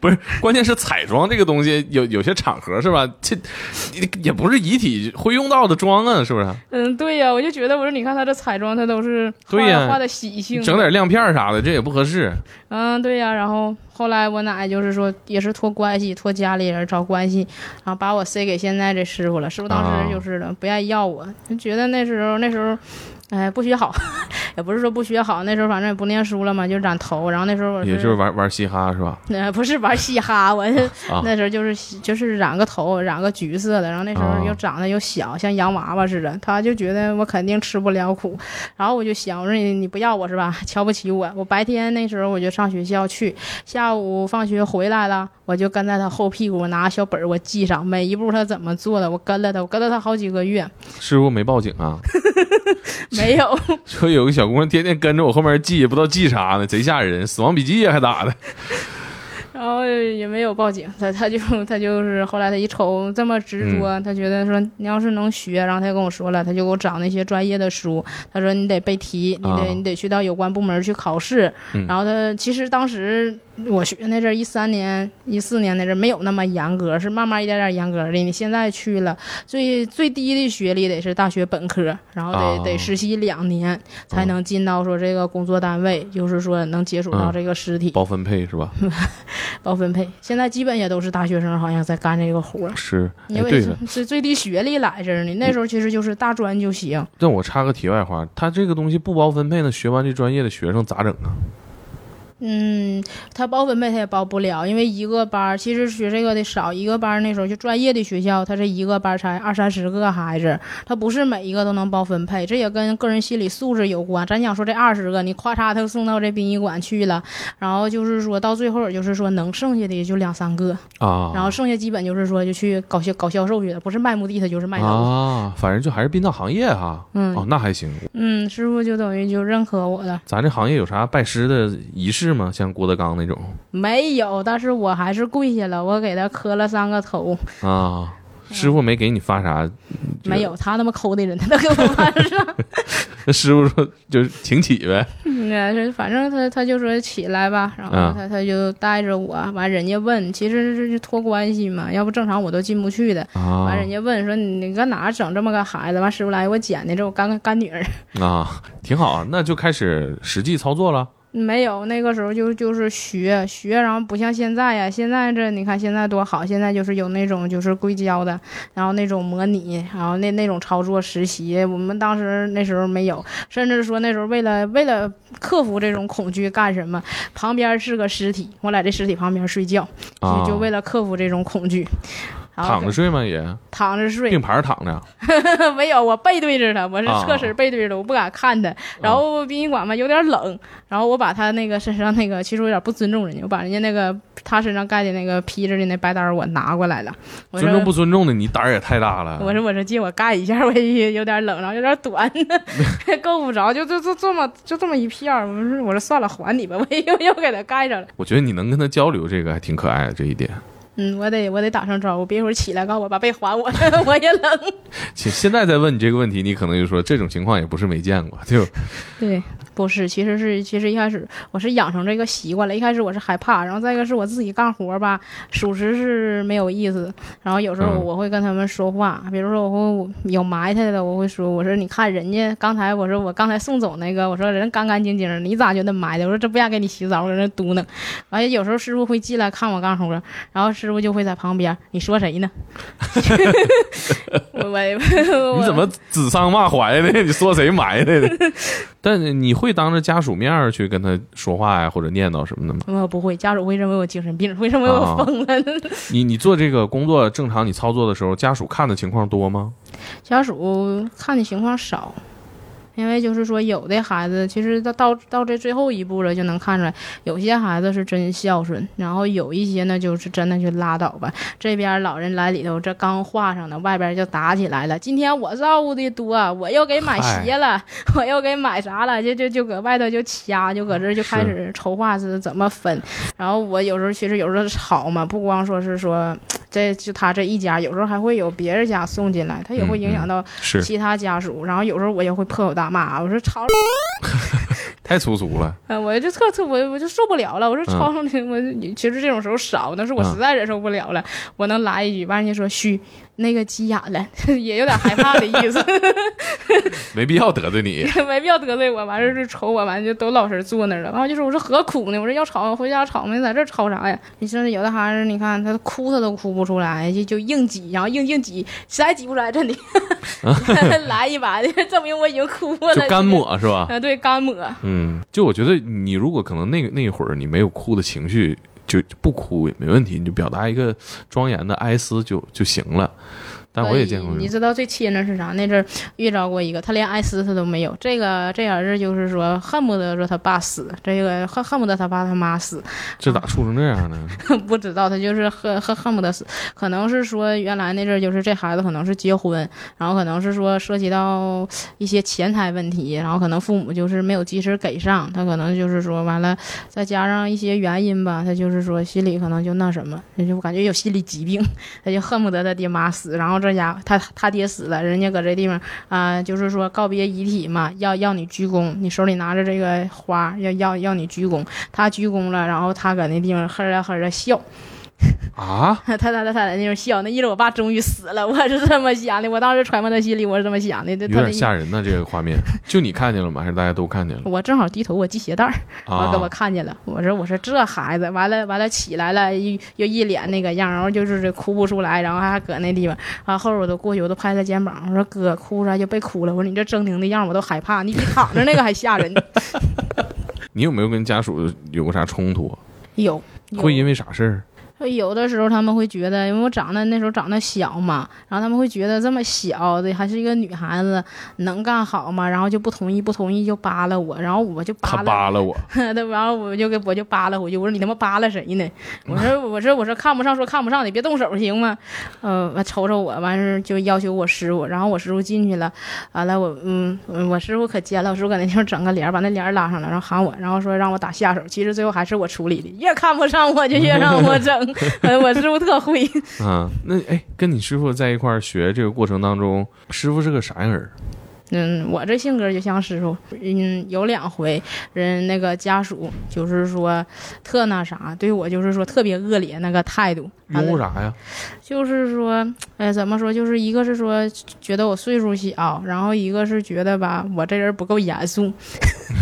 A: 不是，关键是彩妆这个东西，有有些场合是吧？这也也不是遗体会用到的妆啊，是不是？
B: 嗯，对呀、我就觉得我说你看他这彩妆，他都是画
A: 对呀
B: 画的喜庆，
A: 整点亮片儿啥的，这也不合适。
B: 嗯，对呀、然后后来我奶就是说，也是托关系，托家里人找关系，然后把我塞给现在这师
A: 啊
B: 傅了。师傅当时就是了，不愿意要我，就觉得那时候那时候，哎，不学好， <laughs> 也不是说不学好，那时候反正也不念书了嘛，就染头。然后那时候我
A: 也就是玩玩嘻哈是吧？
B: 呃， <laughs> 不是玩嘻哈，我是
A: 啊，
B: <laughs> 那时候就是就是染个头，染个橘色的，然后那时候又
A: 啊
B: 长得又小，像洋娃娃似的。他就觉得我肯定吃不了苦，然后我就想，我说你你不要我是吧？ <laughs> 瞧不起我。我白天那时候我就上学校去，下午放学回来了，我就跟在他后屁股拿小本儿我记上每一步他怎么做的，我跟了他，我跟了他好几个月，
A: 师傅没报警啊？ <laughs>
B: 没有。
A: 说有个小姑娘天天跟着我后面记，也不知道记啥呢，贼吓人，《死亡笔记》啊还打的。
B: 然后也没有报警，他他就他就是后来他一瞅这么执着，
A: 嗯
B: 他觉得说你要是能学，然后他就跟我说了，他就给我找那些专业的书，他说你得背题，你得、
A: 啊
B: 你得去到有关部门去考试。
A: 嗯
B: 然后他其实当时我学那阵儿一三年一四年那阵儿没有那么严格，是慢慢一点点严格的。你现在去了最最低的学历得是大学本科，然后得、
A: 啊
B: 得实习两年才能进到说这个工作单位，就是说能接触到
A: 嗯
B: 这个实体。
A: 包分配是吧？
B: 包分配，现在基本也都是大学生，好像在干这个活儿，
A: 是。
B: <laughs>
A: 哎
B: 因为
A: 对
B: 是
A: 了，
B: 是最低学历来着呢。那时候其实就是大专就行，
A: 但我插个题外话，他这个东西不包分配，那学完这专业的学生咋整啊？
B: 嗯，他包分配他也包不了，因为一个班儿其实学这个的少，一个班儿那时候就专业的学校，他这一个班儿才二三十个孩子，他不是每一个都能包分配，这也跟个人心理素质有关。咱讲说这二十个，你咔嚓他送到这殡仪馆去了，然后就是说到最后，也就是说能剩下的也就两三个，
A: 啊，
B: 然后剩下基本就是说就去搞销搞销售去了，不是卖墓地他就是卖楼。
A: 啊，反正就还是殡葬行业哈。
B: 嗯
A: 哦，那还行。
B: 嗯，师傅就等于就认可我了，
A: 咱这行业有啥拜师的仪式吗？像郭德纲那种
B: 没有，但是我还是跪下了，我给他磕了三个头，嗯
A: 啊？师傅没给你发啥？这
B: 没有，他那么抠的人，他都给我翻上。
A: 那师傅说就是请起呗。
B: 嗯，是反正他他就说起来吧，然后
A: 啊
B: 他他就带着我，完人家问，其实是托关系嘛，要不正常我都进不去的。
A: 啊
B: 完人家问说你你搁哪儿整这么个孩子？完师傅来我捡的，这我干干女儿。
A: 啊，挺好，那就开始实际操作了。
B: 没有，那个时候就就是学学，然后不像现在呀，现在这你看现在多好，现在就是有那种就是硅胶的，然后那种模拟，然后那那种操作实习，我们当时那时候没有，甚至说那时候为了为了克服这种恐惧干什么，旁边是个尸体，我在这尸体旁边睡觉，
A: 啊，
B: 就就为了克服这种恐惧，然后
A: 躺着睡吗？也
B: 躺着睡
A: 并，排躺着
B: <laughs> 没有，我背对着他，我是
A: 啊
B: 侧身背对着，我不敢看他。然后殡仪馆嘛有点冷，然后我把他那个身上那个，其实我有点不尊重人家，我把人家那个他身上盖的那个披着的那白单儿我拿过来了，我
A: 尊重
B: 说。
A: 不尊重的，你胆儿也太大了。
B: 我说我说借我盖一下，我也有点冷，然后有点短，
A: <laughs>
B: 够不着，就就就这么就这么一片儿。我说我说算了，还你吧，我又又给他盖上了。
A: 我觉得你能跟他交流，这个还挺可爱的这一点。
B: 嗯，我得我得打声招呼，别一会儿起来告诉我把被还我， <laughs> 我也冷。
A: 现现在再问你这个问题，你可能就说这种情况也不是没见过，就
B: 对，不是，其实是其实一开始我是养成这个习惯了，一开始我是害怕，然后再一个是我自己干活吧，属实是没有意思。然后有时候
A: 嗯
B: 我会跟他们说话，比如说我会有埋汰的，我会说，我说你看人家刚才，我说我刚才送走那个，我说人干干净净的，你咋就那埋汰？我说这不让给你洗澡，搁那嘟囔。完了有时候师傅会进来看我干活，然后师傅就会在旁边，你
A: <laughs>
B: 说谁呢？我我
A: 你怎么指桑骂槐
B: <laughs>
A: 的？你说谁埋汰的？但你会当着家属面儿去跟他说话呀，或者念叨什么的吗？
B: 我不会，家属会认为我精神病，会认为
A: 啊
B: 我疯了。
A: 你你做这个工作，正常你操作的时候，家属看的情况多吗？
B: 家属看的情况少，因为就是说，有的孩子其实到到到这最后一步了，就能看出来，有些孩子是真孝顺，然后有一些呢就是真的就拉倒吧。这边老人来里头，这刚画上呢，外边就打起来了。今天我照顾的多，啊我又给买鞋了， <laughs> 我又给买啥了，就就就搁外头就掐，就搁这儿就开始筹划是怎么分。然后我有时候其实有时候吵嘛，不光说是说。这就他这一家，有时候还会有别人家送进来，他也会影响到
A: 嗯是
B: 其他家属，然后有时候我也会破口大骂，我说吵，
A: 嗯太粗俗了。
B: 呃我就特特我我就受不了了，我说
A: 嗯
B: 吵 <laughs> 吵你，我就其实这种时候少，但是我
A: 嗯
B: 实在忍受不了了，我能来一句，完人家说嘘，那个急眼了， <laughs> 也有点害怕的意思，
A: 没必要得罪
B: <laughs>
A: 你。
B: 没必要得罪我。完事儿就瞅我，完就都老实坐那儿了。完我就说我说何苦呢？我说要吵回家吵呗，在这儿吵啥呀？你说有的孩子，你看他哭他都哭不出来，就就硬挤，然后硬硬挤，实在挤不出来，
A: <laughs>
B: 真的来一把， <laughs> 就是证明我已经哭过了，
A: 就干抹是吧？
B: 啊，对，干抹。
A: 嗯，就我觉得你如果可能那个那一会儿你没有哭的情绪，就就不哭也没问题，你就表达一个庄严的哀思就就行了。但我也见过
B: 你，你知道最气人的是啥？那阵儿遇着过一个，他连艾斯他都没有。这个这儿子就是说，恨不得说他爸死，这个恨恨不得他爸他妈死，
A: 这咋处成这样
B: <laughs>
A: 呢？
B: 不知道他就是恨恨恨不得死。可能是说原来那阵儿就是这孩子可能是结婚，然后可能是说涉及到一些钱财问题，然后可能父母就是没有及时给上，他可能就是说完了，再加上一些原因吧，他就是说心里可能就那什么，他就感觉有心理疾病。他就恨不得他爹妈死，然后这家伙他他爹死了，人家搁这地方啊、就是说告别遗体嘛，要要你鞠躬，你手里拿着这个花，要要要你鞠躬，他鞠躬了，然后他搁那地方呵啦呵啦笑，
A: 啊，
B: 他他他他在那地方笑，那意思我爸终于死了，我是这么想的，我当时揣摩他心里，我是这么想的，这
A: 有
B: 他的
A: 点
B: 意思。
A: 吓人呢，这个画
B: <laughs>
A: 面。就你看见了吗？还是大家都看见了？
B: 我正好低头，我系鞋带儿，我
A: 啊
B: 给，我看见了，我说我说这孩子，完了完了起来了，又又一脸那个样，然后就是这哭不出来，然后还搁那地方，啊后边我都过去，我都拍他肩膀，我说哥哭出来就别哭了，我说你这狰狞的样我都害怕，你比躺着那个还吓人。 <laughs>
A: 你有没有跟家属有过啥冲突啊？
B: 有有
A: 会因为啥事儿？
B: 有的时候他们会觉得，因为我长得那时候长得小嘛，然后他们会觉得这么小的还是一个女孩子能干好吗？然后就不同意，不同意就扒拉我，然后我就扒
A: 他
B: 拉
A: 扒拉我，
B: <laughs> 对，然后我就给我就扒拉回去，我说你他妈扒拉谁呢？我说我说我说看不上说看不上，你别动手行吗？呃，完瞅瞅我，完事儿就要求我师傅，然后我师傅进去了，完了我嗯嗯我师傅可尖了，我师傅搁那地方整个帘儿，把那帘儿拉上了，然后喊我，然后说让我打下手，其实最后还是我处理的，越看不上我就越让我整，呃我师傅特会，
A: 啊，那哎，跟你师傅在一块儿学这个过程当中，师傅是个啥样人儿？
B: 嗯，我这性格就像师傅，嗯，有两回人那个家属就是说特那啥，对我就是说特别恶劣那个态度，完了
A: 用啥呀？ <laughs>
B: 就是说，哎，怎么说？就是一个是说觉得我岁数小，然后一个是觉得吧，我这人不够严肃，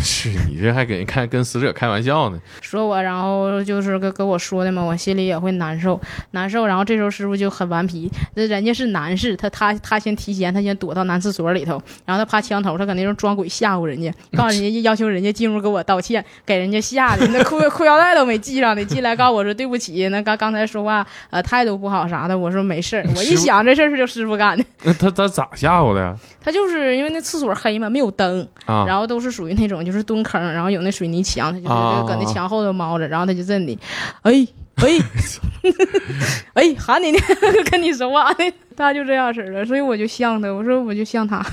A: 是你这还给人看跟死者开玩笑呢？
B: 说我，然后就是跟跟我说的嘛，我心里也会难受，难受。然后这时候师傅就很顽皮，那人家是男士，他他他先提前，他先躲到男厕所里头，然后他爬墙头，他搁那种装鬼吓唬人家，告诉人家要求人家进屋给我道歉，给人家吓的，
A: <laughs>
B: 那裤裤腰带都没系上的，进来告诉我说对不起，那刚刚才说话呃态度不好啥的，我说没事儿，我一
A: 师傅
B: 想这事儿是就师傅干的，
A: 那他他咋吓唬的呀？
B: 他就是因为那厕所黑嘛，没有灯，
A: 啊，
B: 然后都是属于那种就是蹲坑，然后有那水泥墙，他就
A: 啊
B: 就搁那墙后头猫着，然后他就这里，
A: <laughs>
B: 哎哎哎喊你呢， <laughs> 跟你说话呢，他就这样式儿的，所以我就像他，我说我就像他。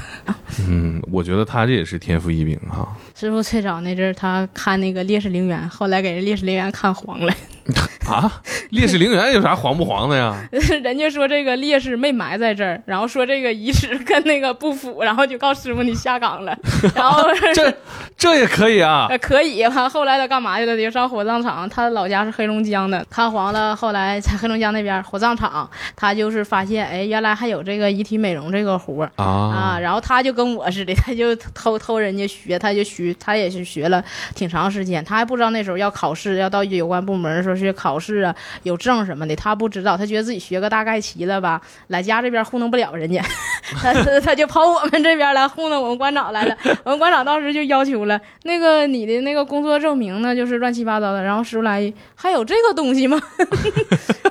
A: 嗯，我觉得他这也是天赋异禀啊哈。
B: <laughs> 师傅最早那阵儿，他看那个《烈士陵园》，后来给人《烈士陵园》看黄了，
A: <laughs> 啊，烈士陵园有啥黄不黄的
B: <laughs>
A: 呀？
B: <laughs> 人家说这个烈士没埋在这儿，然后说这个遗址跟那个不符，然后就告师傅你下岗
A: <laughs>
B: 了，然后 <laughs>
A: 这这也可以啊。
B: 呃，可以。完 <laughs> 后来他干嘛去了？就上火葬场。他老家是黑龙江的，看黄了。后来在黑龙江那边火葬场， <laughs> 他就是发现，哎，原来还有这个遗体美容这个活儿。啊，
A: 啊，
B: 然后他就跟我似的，他就偷偷人家学，他就学，他也是学了挺长时间，他还不知道那时候要考试，要到有关部门说是考试啊、有证什么的，他不知道，他觉得自己学个大概齐了吧， <laughs> 来家这边糊弄不了人家， <laughs> 他他他就跑我们这边来糊弄我们馆长来了， <laughs> 我们馆长当时就要求了，那个你的那个工作证明呢，就是乱七八糟的，然后师傅来一还有这个东
A: <laughs>
B: 西吗？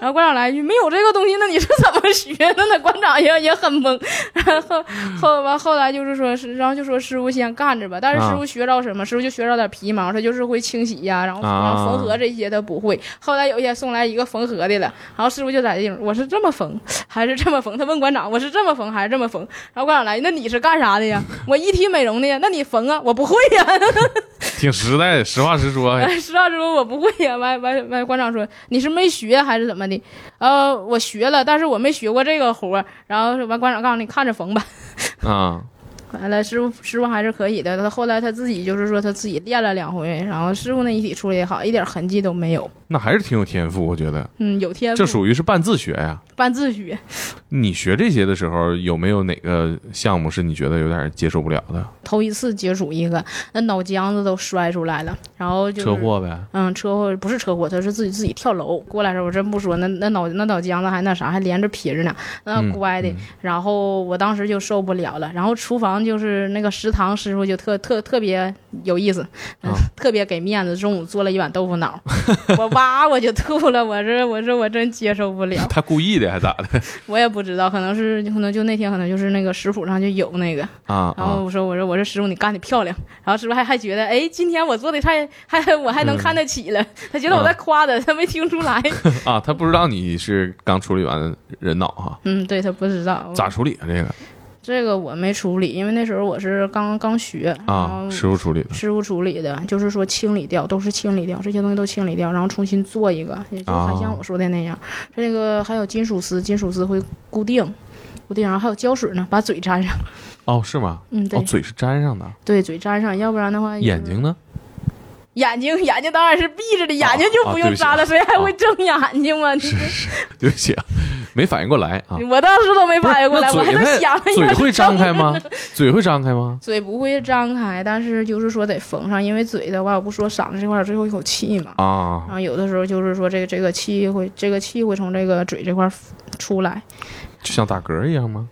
B: 然后馆长来一句没有这个东西，那你是怎么学的呢？馆长也也很懵，然后
A: 嗯
B: 后完后来就是说是，然后就说师傅先干着吧，但是
A: 啊
B: 师傅学着什么，师傅就学着点皮毛，他就是会清洗呀、然后
A: 啊
B: 然后缝合这些他不会。后来有一天送来一个缝合的了，然后师傅就在这种，我是这么缝还是这么缝？他问馆长，我是这么缝还是这么缝？然后馆长来，那你是干啥的呀？我遗体美容的呀，那你缝啊？我不会呀。
A: 挺实在，实话实
B: <laughs>
A: 说。哎
B: 实话实说，我不会呀。完完完，馆长说你是没学还是怎么的？呃，我学了，但是我没学过这个活儿。然后完，馆长告诉你看着缝吧。
A: 啊，
B: 完了，师傅师傅还是可以的。他后来他自己就是说他自己练了两回，然后师傅那遗体处理也好，一点痕迹都没有。
A: 那还是挺有天赋，我觉得
B: 嗯，有天赋。
A: 这属于是半自学呀。
B: 半自学。
A: 你学这些的时候，有没有哪个项目是你觉得有点接受不了的？
B: 头一次接触一个，那脑浆子都摔出来了，然后就是、
A: 车。祸呗？
B: 嗯，车祸不是车祸，他是自己自己跳楼过来的时候，我真不说，那那脑那脑浆子还那啥，还连着撇着呢，那
A: 嗯
B: 乖的。然后我当时就受不了了，然后厨房就是那个食堂师傅就特特特别有意思，嗯
A: 啊
B: <laughs> 特别给面子，中午做了一碗豆腐脑，我哇我就吐了，我这我这我真接受不了，
A: <laughs> 他故意的还咋的？
B: 我也不知道，可能是可能就那天可能就是那个食谱上就有那个，
A: 啊
B: 然后
A: 啊！
B: 我说我说我说师傅你干的漂亮，然后师傅还还觉得哎今天我做的菜还我还能看得起
A: 嗯
B: 了，他觉得我在夸他，他没听出来。
A: 啊，他不知道你是刚处理完人脑哈，
B: 嗯，对他不知道
A: 咋处理啊？这个
B: 这个我没处理，因为那时候我是刚刚学哦
A: 啊，师傅处理的
B: 师傅处理的，就是说清理掉，都是清理掉这些东西都清理掉，然后重新做一个，也就
A: 啊
B: 还像我说的那样。这个还有金属丝，金属丝会固定。固定，然后还有胶水呢，把嘴粘上。
A: 哦，是吗？
B: 嗯，对、哎
A: 哦，嘴是粘上的，
B: 对，嘴粘上，要不然的话就是
A: 眼睛呢？ <laughs>
B: 眼睛眼睛当然是闭着的，眼睛就不用扎了，
A: 啊对不起
B: 谁还会睁眼睛吗？
A: 是是，对不起，啊，没反应过来啊。
B: <laughs> 我当时都没反应过来，
A: 不
B: 我
A: 是那
B: 还在
A: 嘴
B: 想？
A: 它嘴会张开吗？嘴会张开吗？
B: <laughs> 嘴不会张开，但是就是说得缝上，因为嘴的话，我不说嗓子这块儿最后一口气嘛。然
A: 啊，
B: 后有的时候就是说这个这个气会这个气会从这个嘴这块儿出来，
A: 就像打嗝一样吗？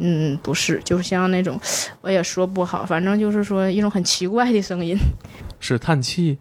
B: 嗯，不是，就像那种我也说不好，反正就是说一种很奇怪的声音，
A: 是叹气，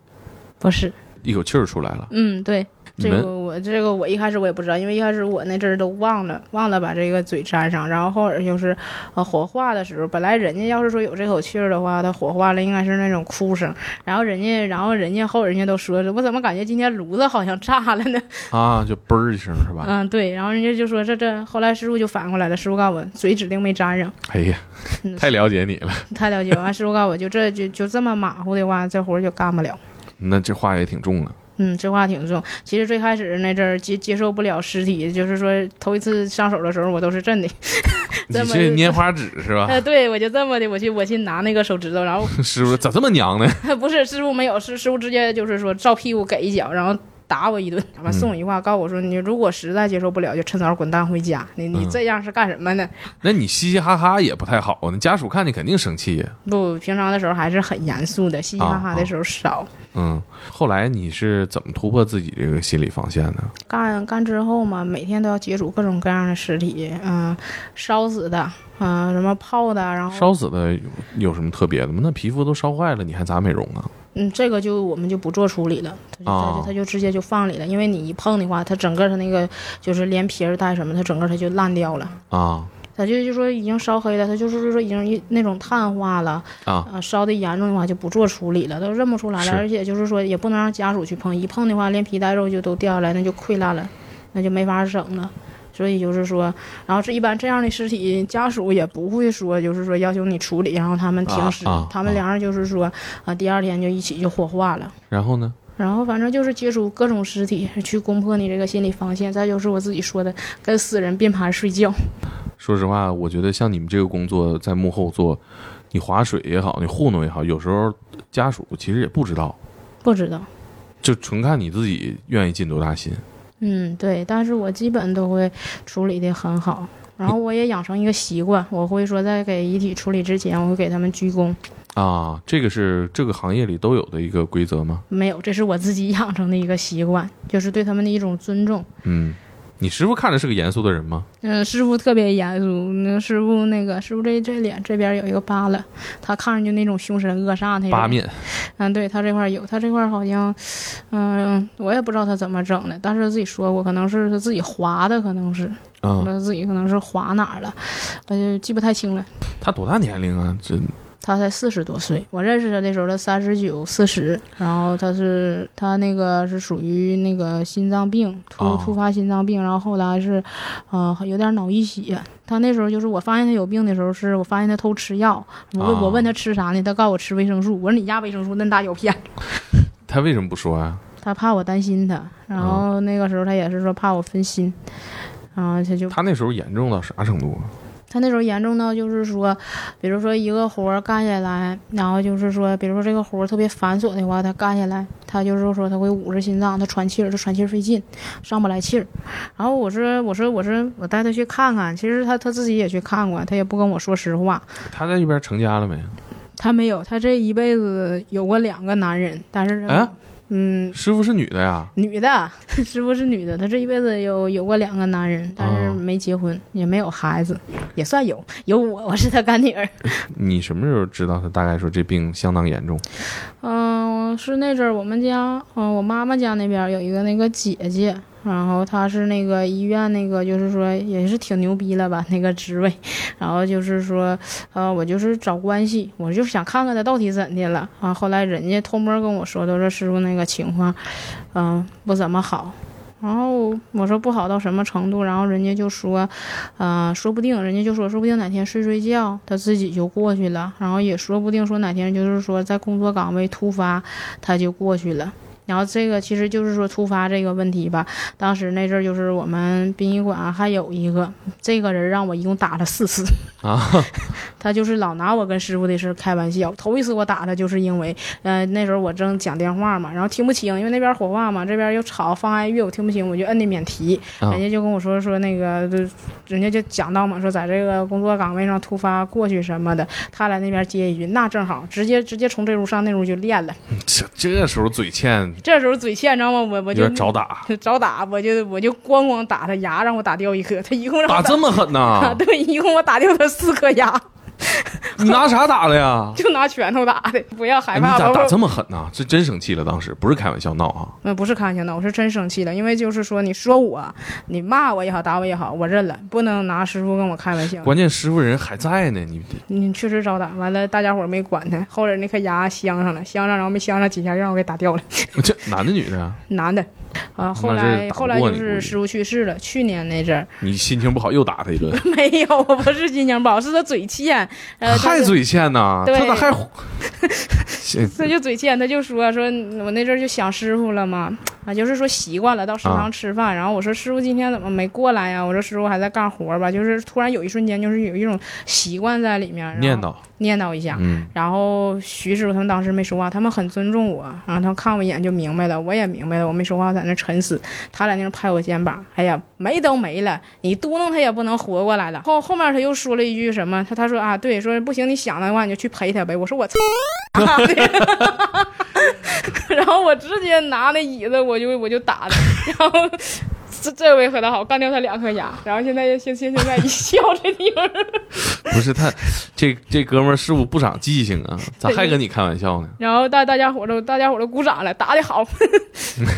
B: 不是，
A: 一口气儿出来了。
B: 嗯，对，
A: 你
B: 这
A: 们
B: 个我这个我一开始我也不知道，因为一开始我那阵儿都忘了忘了把这个嘴粘上，然后后来就是，呃，火化的时候，本来人家要是说有这口气儿的话，他火化了应该是那种哭声，然后人家然后人家后人家都说，我怎么感觉今天炉子好像炸了呢？
A: 啊，就嘣儿一声是吧？
B: <laughs> 嗯，对，然后人家就说这这，后来师傅就反过来了，师傅告诉我嘴指定没粘上，
A: 哎呀，
B: 嗯
A: 太了解你了，
B: 太了解了，完师傅告诉我就这就就这么马虎的话，这活儿就干不了。
A: 那这话也挺重啊。
B: 嗯，这话挺重。其实最开始那阵儿接接受不了尸体，就是说头一次上手的时候，我都是震的。
A: 你
B: 这么
A: 这拈花指是吧？
B: <laughs> 呃，对我就这么的，我去我去拿那个手指头，然后
A: 师傅咋这么娘呢？
B: 不是师傅没有，师师傅直接就是说照屁股给一脚，然后打我一顿，完送我一话，告诉我说你如果实在接受不了，就趁早滚蛋回家。你你
A: 嗯
B: 这样是干什么呢？
A: 那你嘻嘻哈哈也不太好啊，那家属看你肯定生气呀。啊
B: 不，平常的时候还是很严肃的，嘻嘻哈哈的时候少。
A: 嗯，后来你是怎么突破自己这个心理防线的？
B: 干干之后嘛，每天都要接触各种各样的尸体，嗯、烧死的，嗯、什么泡的，然后
A: 烧死的有有什么特别的吗？那皮肤都烧坏了，你还咋美容啊？
B: 嗯，这个就我们就不做处理了，他就他
A: 哦
B: 就他就直接就放里了，因为你一碰的话，它整个它那个就是连皮儿带什么，它整个它就烂掉了。
A: 啊
B: 它就就说已经烧黑了，它就是就说已经一那种碳化了，
A: 啊，
B: 啊，烧的严重的话就不做处理了，都认不出来
A: 是
B: 了，而且就是说也不能让家属去碰，一碰的话连皮带肉就都掉下来，那就溃烂了，那就没法整了。所以就是说，然后这一般这样的尸体，家属也不会说，就是说要求你处理，然后他们停尸，
A: 啊啊
B: 他们两人就是说，啊、第二天就一起就火化了。
A: 然后呢？
B: 然后反正就是接触各种尸体，去攻破你这个心理防线。再就是我自己说的，跟死人并排睡觉。
A: 说实话，我觉得像你们这个工作在幕后做，你划水也好，你糊弄也好，有时候家属其实也不知道，
B: 不知道，
A: 就纯看你自己愿意尽多大心。
B: 嗯，对，但是我基本都会处理的很好。然后我也养成一个习惯，我会说在给遗体处理之前，我会给他们鞠躬。
A: 啊，这个是这个行业里都有的一个规则吗？
B: 没有，这是我自己养成的一个习惯，就是对他们的一种尊重。
A: 嗯，你师傅看着是个严肃的人吗？
B: 嗯，师傅特别严肃。那师傅那个师傅这这脸这边有一个疤了，他看上去那种凶神恶煞那种。
A: 八面
B: 嗯，对他这块儿有，他这块儿好像，嗯，我也不知道他怎么整的，但是自己说过，可能是他自己划的，可能是，
A: 啊、
B: 他自己可能是划哪儿了，我就记不太清了。
A: 他多大年龄啊？这
B: 他才四十多岁，我认识他的时候他三十九、四十，然后他是他那个是属于那个心脏病突
A: 哦
B: 突发心脏病，然后后来是，呃，有点脑溢血。他那时候就是我发现他有病的时候，是我发现他偷吃药，我问、
A: 哦
B: 我问他吃啥呢，他告诉我吃维生素，我说你压维生素恁大药片。
A: 他为什么不说啊？
B: 他怕我担心他，然后那个时候他也是说怕我分心，然后他就
A: 他那时候严重到啥程度啊？
B: 他那时候严重到就是说，比如说一个活儿干下来，然后就是说，比如说这个活儿特别繁琐的话，他干下来，他就是说他会捂着心脏，他喘气儿，他喘气儿费劲，上不来气儿。然后我是我是我是我带他去看看，其实他他自己也去看过，他也不跟我说实话，
A: 他在那边成家了没？啊
B: 他没有，他这一辈子有过两个男人，但是他、
A: 啊
B: 嗯，
A: 师傅是女的呀？
B: 女的， <laughs> 师傅是女的，她这一辈子有有过两个男人，但是
A: 哦
B: 没结婚，也没有孩子，也算有，有我，我是她干女儿。
A: 你什么时候知道他大概说这病相当严重？
B: 嗯、是那阵儿我们家，嗯、我妈妈家那边儿有一个那个姐姐，然后她是那个医院那个，就是说也是挺牛逼了吧那个职位，然后就是说，呃，我就是找关系，我就是想看看她到底怎的了啊。后来人家偷摸跟我说，都说师傅那个情况，嗯、不怎么好。然后我说不好到什么程度，然后人家就说，呃，说不定人家就说，说不定哪天睡睡觉，他自己就过去了，然后也说不定说哪天就是说在工作岗位突发，他就过去了。然后这个其实就是说突发这个问题吧，当时那阵儿就是我们殡仪馆啊还有一个这个人让我一共打了四次
A: 啊，
B: 他就是老拿我跟师傅的事儿开玩笑。头一次我打他就是因为，呃，那时候我正讲电话嘛，然后听不清，因为那边火化嘛，这边又吵妨碍乐，我听不清，我就摁的免提，
A: 啊
B: 人家就跟我说说那个，就人家就讲到嘛，说在这个工作岗位上突发过去什么的，他来那边接一句，那正好，直接直接从这屋上那屋就练了。
A: 这 <laughs> 这时候嘴欠，
B: 这时候嘴欠，你知道吗？我
A: 有
B: 我就
A: 点找
B: <laughs>
A: 打，
B: 找打，我就我就咣咣打他牙，让我打掉一颗，他一共让
A: 打
B: 我
A: 这么狠
B: 啊，
A: 呐？
B: 对，一共我 <laughs> 打掉他四颗牙，
A: 你拿啥打的呀？
B: 就拿拳头打的，不要
A: 哎
B: <laughs> 害
A: 你
B: 怕，
A: 咋
B: 包括
A: 打这么狠呐？这真生气了，当时不是开玩笑闹啊。
B: 嗯，不是开玩笑的，我是真生气了，因为就是说，你说我，你骂我也好，打我也好，我认了，不能拿师傅跟我开玩笑。
A: 关键师傅人还在呢，你
B: 你确实招打，完了大家伙儿没管他，后来那颗牙镶上了，镶上然后没镶上几下，让我给打掉了，
A: 这男的女的啊？
B: 男的。啊，后
A: 那这
B: 来
A: 打不
B: 后来
A: 过
B: 就
A: 你估
B: 是
A: 计
B: 师傅去世了，去年那阵儿 <laughs>
A: 你心情不好又打他一顿，
B: 没有，我不是心情不好，是他嘴欠，呃，他
A: 太
B: 就
A: 嘴欠呐！
B: 对
A: 他咋还
B: <laughs>
A: 行
B: 他就嘴欠，他就说说，我那阵儿就想师傅了嘛，啊，就是说习惯了到食
A: 啊
B: 堂吃饭，然后我说师傅今天怎么没过来呀？我说师傅还在干活儿吧，就是突然有一瞬间就是有一种习惯在里面，然后
A: 念叨？
B: 念叨一下。
A: 嗯，
B: 然后徐师傅他们当时没说话，他们很尊重我，然后他们看我一眼就明白了，我也明白了，我没说话，在那沉思。他在那儿拍我肩膀，哎呀，没都没了，你嘟囔他也不能活过来了。后后面他又说了一句什么，他他说啊，对，说不行，你想的话你就去陪他呗。我说我操，啊对然后我直接拿那椅子我就我就打他，然后。这这回可倒好，干掉他两颗牙，然后现在现现现在一笑这地方，
A: 不是他，这这哥们儿师傅不长记性啊，咋还跟你开玩笑呢？ <laughs>
B: 然后大大家伙都大家伙都鼓掌了，打的好，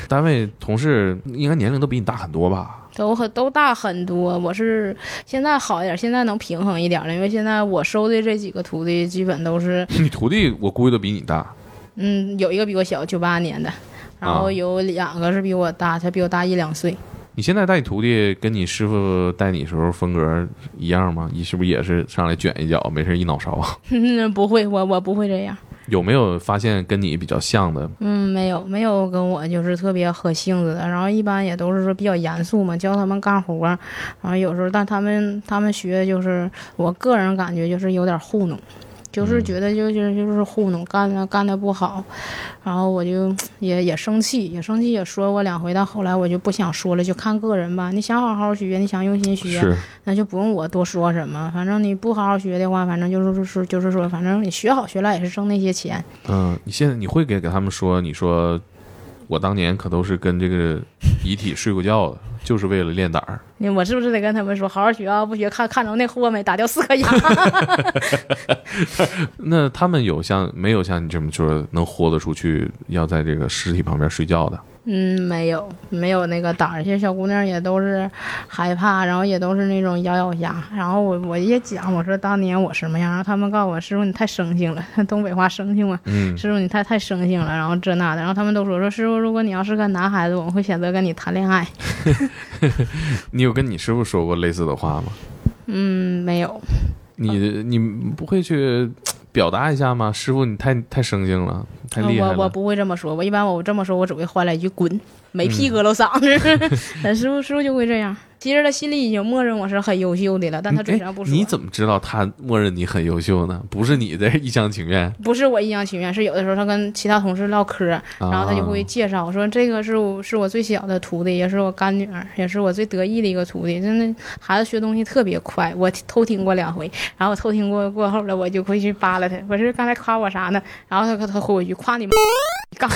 A: 单位同事应该年龄都比你大很多吧？
B: 都很都大很多。我是现在好一点，现在能平衡一点了，因为现在我收的这几个徒弟基本都是，
A: <laughs> 你徒弟我估计都比你大，
B: 嗯，有一个比我小，九八年的，然后
A: 啊
B: 有两个是比我大，才比我大一两岁。 <laughs>
A: 你现在带你徒弟跟你师傅带你时候风格一样吗？你是不是也是上来卷一脚，没事一脑勺 <laughs> 啊？
B: 嗯，不会，我我不会这样。
A: 有没有发现跟你比较像的？
B: 嗯，没有没有跟我就是特别合性子的，然后一般也都是说比较严肃嘛，教他们干活儿，然后有时候但他们他们学就是我个人感觉就是有点糊弄，就是
A: 嗯
B: 觉得就就是就是糊弄，干的干的不好，然后我就也也生气，也生气也说过两回，但后来我就不想说了，就看个人吧，你想好好学，你想用心学，
A: 是，
B: 那就不用我多说什么，反正你不好好学的话，反正就是说就是说，反正你学好学赖也是挣那些钱。
A: 嗯，你现在你会给给他们说，你说我当年可都是跟这个遗体睡过觉的，就是为了练胆儿。
B: 那我是不是得跟他们说，好好学啊，不学看看着那货没，打掉四颗牙。
A: 那他们有像没有像你这么说能豁得出去，要在这个尸体旁边睡觉的？
B: 嗯，没有，没有那个胆儿。这小姑娘也都是害怕，然后也都是那种咬咬牙。然后我我也讲，我说当年我什么样，然后他们告诉我，师傅你太生性了， <laughs> 东北话生性嘛。
A: 嗯，
B: 师傅你太太生性了，然后这那的，然后他们都说说师傅，如果你要是个男孩子，我会选择跟你谈恋爱。
A: 你有跟你师傅说过类似的话吗？
B: 嗯，没有，
A: 你
B: 嗯
A: 你不会去表达一下吗？师傅，你太太生性了，太厉害
B: 呃我我
A: 了。
B: 不会这么说，我 <laughs> 一般我这么说，我只会换来一句滚，没屁搁楼嗓子。但师傅师傅就会这样，其实他心里已经默认我是很优秀的了，但他嘴上不说。
A: 哎你怎么知道他默认你很优秀呢？不是你的一厢情愿，
B: 不是我一厢情愿，是有的时候他跟其他同事唠嗑，
A: 然
B: 然后他就会介绍说，这个是我是我最小的徒弟，也是我干女儿，也是我最得意的一个徒弟。真的，孩子学东西特别快，我偷听过两回，然后我偷听过过后了，我就会去扒拉他，我说刚才夸我啥呢？然后他他回我一句夸你妈杠，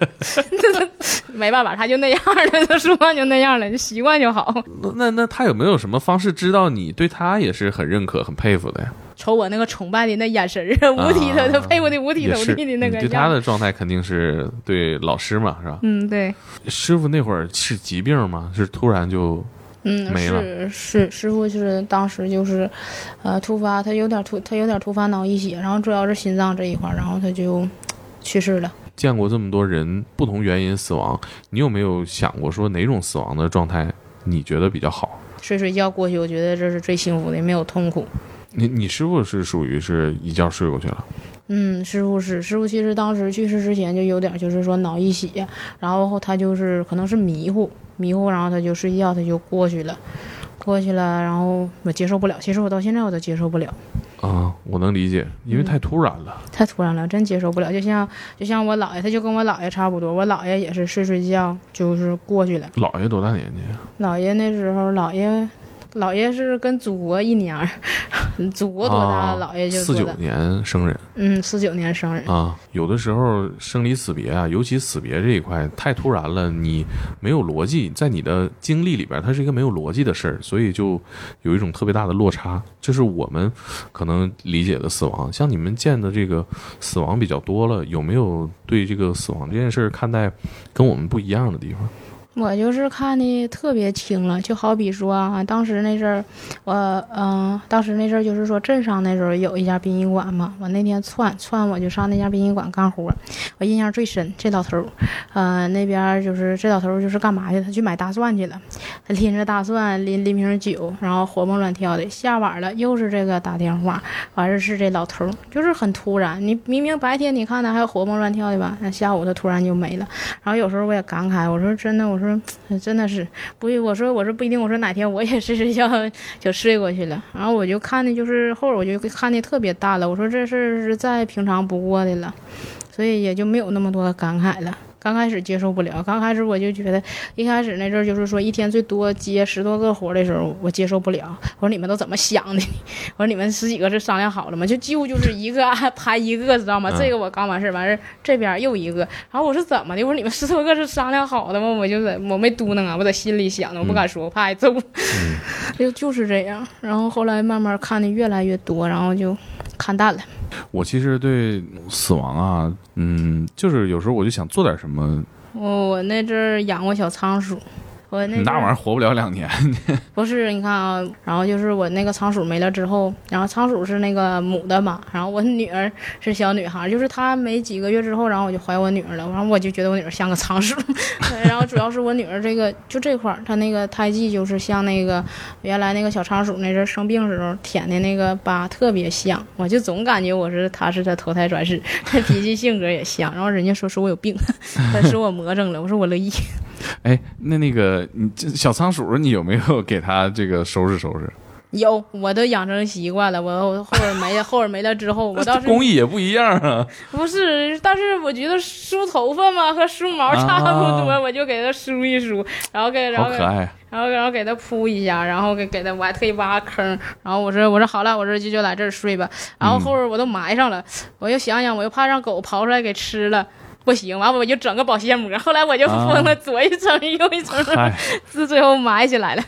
B: <laughs> 没办法，他就那样了，他说话就那样了，就习惯就好。
A: 那那那他有没有什么方式知道你对他也是很认可、很佩服的呀？
B: 瞅我那个崇拜的那眼神儿啊，五体投他佩服的五体
A: 也
B: 投
A: 是，嗯
B: 地的那个
A: 你对
B: 样
A: 他
B: 儿。
A: 的状态肯定是对老师嘛，是吧？
B: 嗯，对。
A: 师傅那会儿是疾病吗？是突然就
B: 嗯，
A: 没了
B: 是是，师傅就是当时就是，呃，突发，他有点突，他有点突发脑溢血，然后主要是心脏这一块儿，然后他就去世了。
A: 见过这么多人不同原因死亡，你有没有想过说哪种死亡的状态你觉得比较好？
B: 睡睡觉过去，我觉得这是最幸福的，没有痛苦。
A: 你你师傅是属于是一觉睡过去了，
B: 嗯，师傅是师傅，其实当时去世之前就有点就是说脑溢血，然后他就是可能是迷糊迷糊，然后他就睡觉，他就过去了，过去了，然后我接受不了，其实我到现在我都接受不了。
A: 啊、我能理解，
B: 嗯
A: 因为太突然了。
B: 太突然了，真接受不了。就像就像我姥爷，他就跟我姥爷差不多，我姥爷也是睡睡觉就是过去了。
A: 姥爷多大年纪啊？
B: 姥爷那时候，姥爷姥爷是跟祖国一年儿，祖国多大，
A: 啊
B: 姥爷就
A: 四
B: 多
A: 九
B: 大。
A: 年生人
B: 嗯，四九年生人。
A: 啊，有的时候生离死别啊，尤其死别这一块太突然了，你没有逻辑，在你的经历里边，它是一个没有逻辑的事儿，所以就有一种特别大的落差。这是我们可能理解的死亡，像你们见的这个死亡比较多了，有没有对这个死亡这件事儿看待跟我们不一样的地方？
B: 我就是看的特别清了，就好比说啊，当时那阵儿，我嗯、当时那阵儿就是说镇上那时候有一家殡仪馆嘛，我那天窜窜我就上那家殡仪馆干活儿，我印象最深，这老头儿，呃，那边儿就是这老头儿就是干嘛去？他去买大蒜去了，他拎着大蒜，拎拎瓶酒，然后活蹦乱跳的。下晚了，又是这个打电话，完事儿是这老头儿，就是很突然。你明明白天你看他还活蹦乱跳的吧，那下午他突然就没了。然后有时候我也感慨，我说真的，我说哎真的是不一，我说我说不一定，我说哪天我也睡睡觉就睡过去了。然后我就看的就是后边我就看的特别淡了，我说这事儿是再平常不过的了，所以也就没有那么多的感慨了。刚开始接受不了，刚开始我就觉得，一开始那阵儿就是说一天最多接十多个活儿的时候，我接受不了。我说你们都怎么想的？我说你 <laughs> 们十几个是商量好了吗？就几乎就是一个 <laughs> 拍一个，知道吗？
A: 嗯
B: 这个我刚完事儿，完事儿这边儿又一个，然后我是怎么的？我说你们十多个是商量好的吗？我就在我没嘟囔啊，我在心里想的，我不敢说，我怕挨揍。就就是这样。然后后来慢慢看的越来越多，然后就看淡了。
A: 我其实对死亡啊，嗯，就是有时候我就想做点什么，
B: 我我那阵儿养过小仓鼠，我那
D: 你那
B: 阵
D: 玩意儿活不了两
A: <laughs>
D: 年，
B: 不是，你看啊，然后就是我那个仓鼠没了之后，然后仓鼠是那个母的嘛，然后我女儿是小女孩，就是她没几个月之后，然后我就怀我女儿了，然后我就觉得我女儿像个仓鼠，然后主要是我女儿这个就这块儿，她那个胎记就是像那个原来那个小仓鼠那阵儿生病时候舔的那个疤特别像，我就总感觉我是她是她投胎转世， <laughs> 她脾气性格也像，然后人家说说我有病，她说我魔怔了，我说我乐意。
D: 哎，那那个你这小仓鼠，你有没有给它这个收拾收拾？
B: 有，我都养成习惯了。我我后边没了，后边没了之后，我
D: <laughs>
B: 倒是
D: 工艺也不一样啊。
B: 不是，但是我觉得梳头发嘛和梳毛差不多，
D: 啊
B: 我就给它梳一梳，然后给然
D: 好
B: 后给
D: 可
A: 啊
B: <laughs>
D: 爱，
B: 然后然后给它铺一下，然后给给它我还特意挖个坑，然后我说我说好了，我说就就在这儿睡吧。然后后边我都埋上了，我又想想，我又怕让狗刨出来给吃了。不行，完我就整个保鲜膜，后来我就
D: 啊
B: 封了左一层右
D: <laughs>
B: 一层，
D: 嗨，
B: 自、最后埋起来了。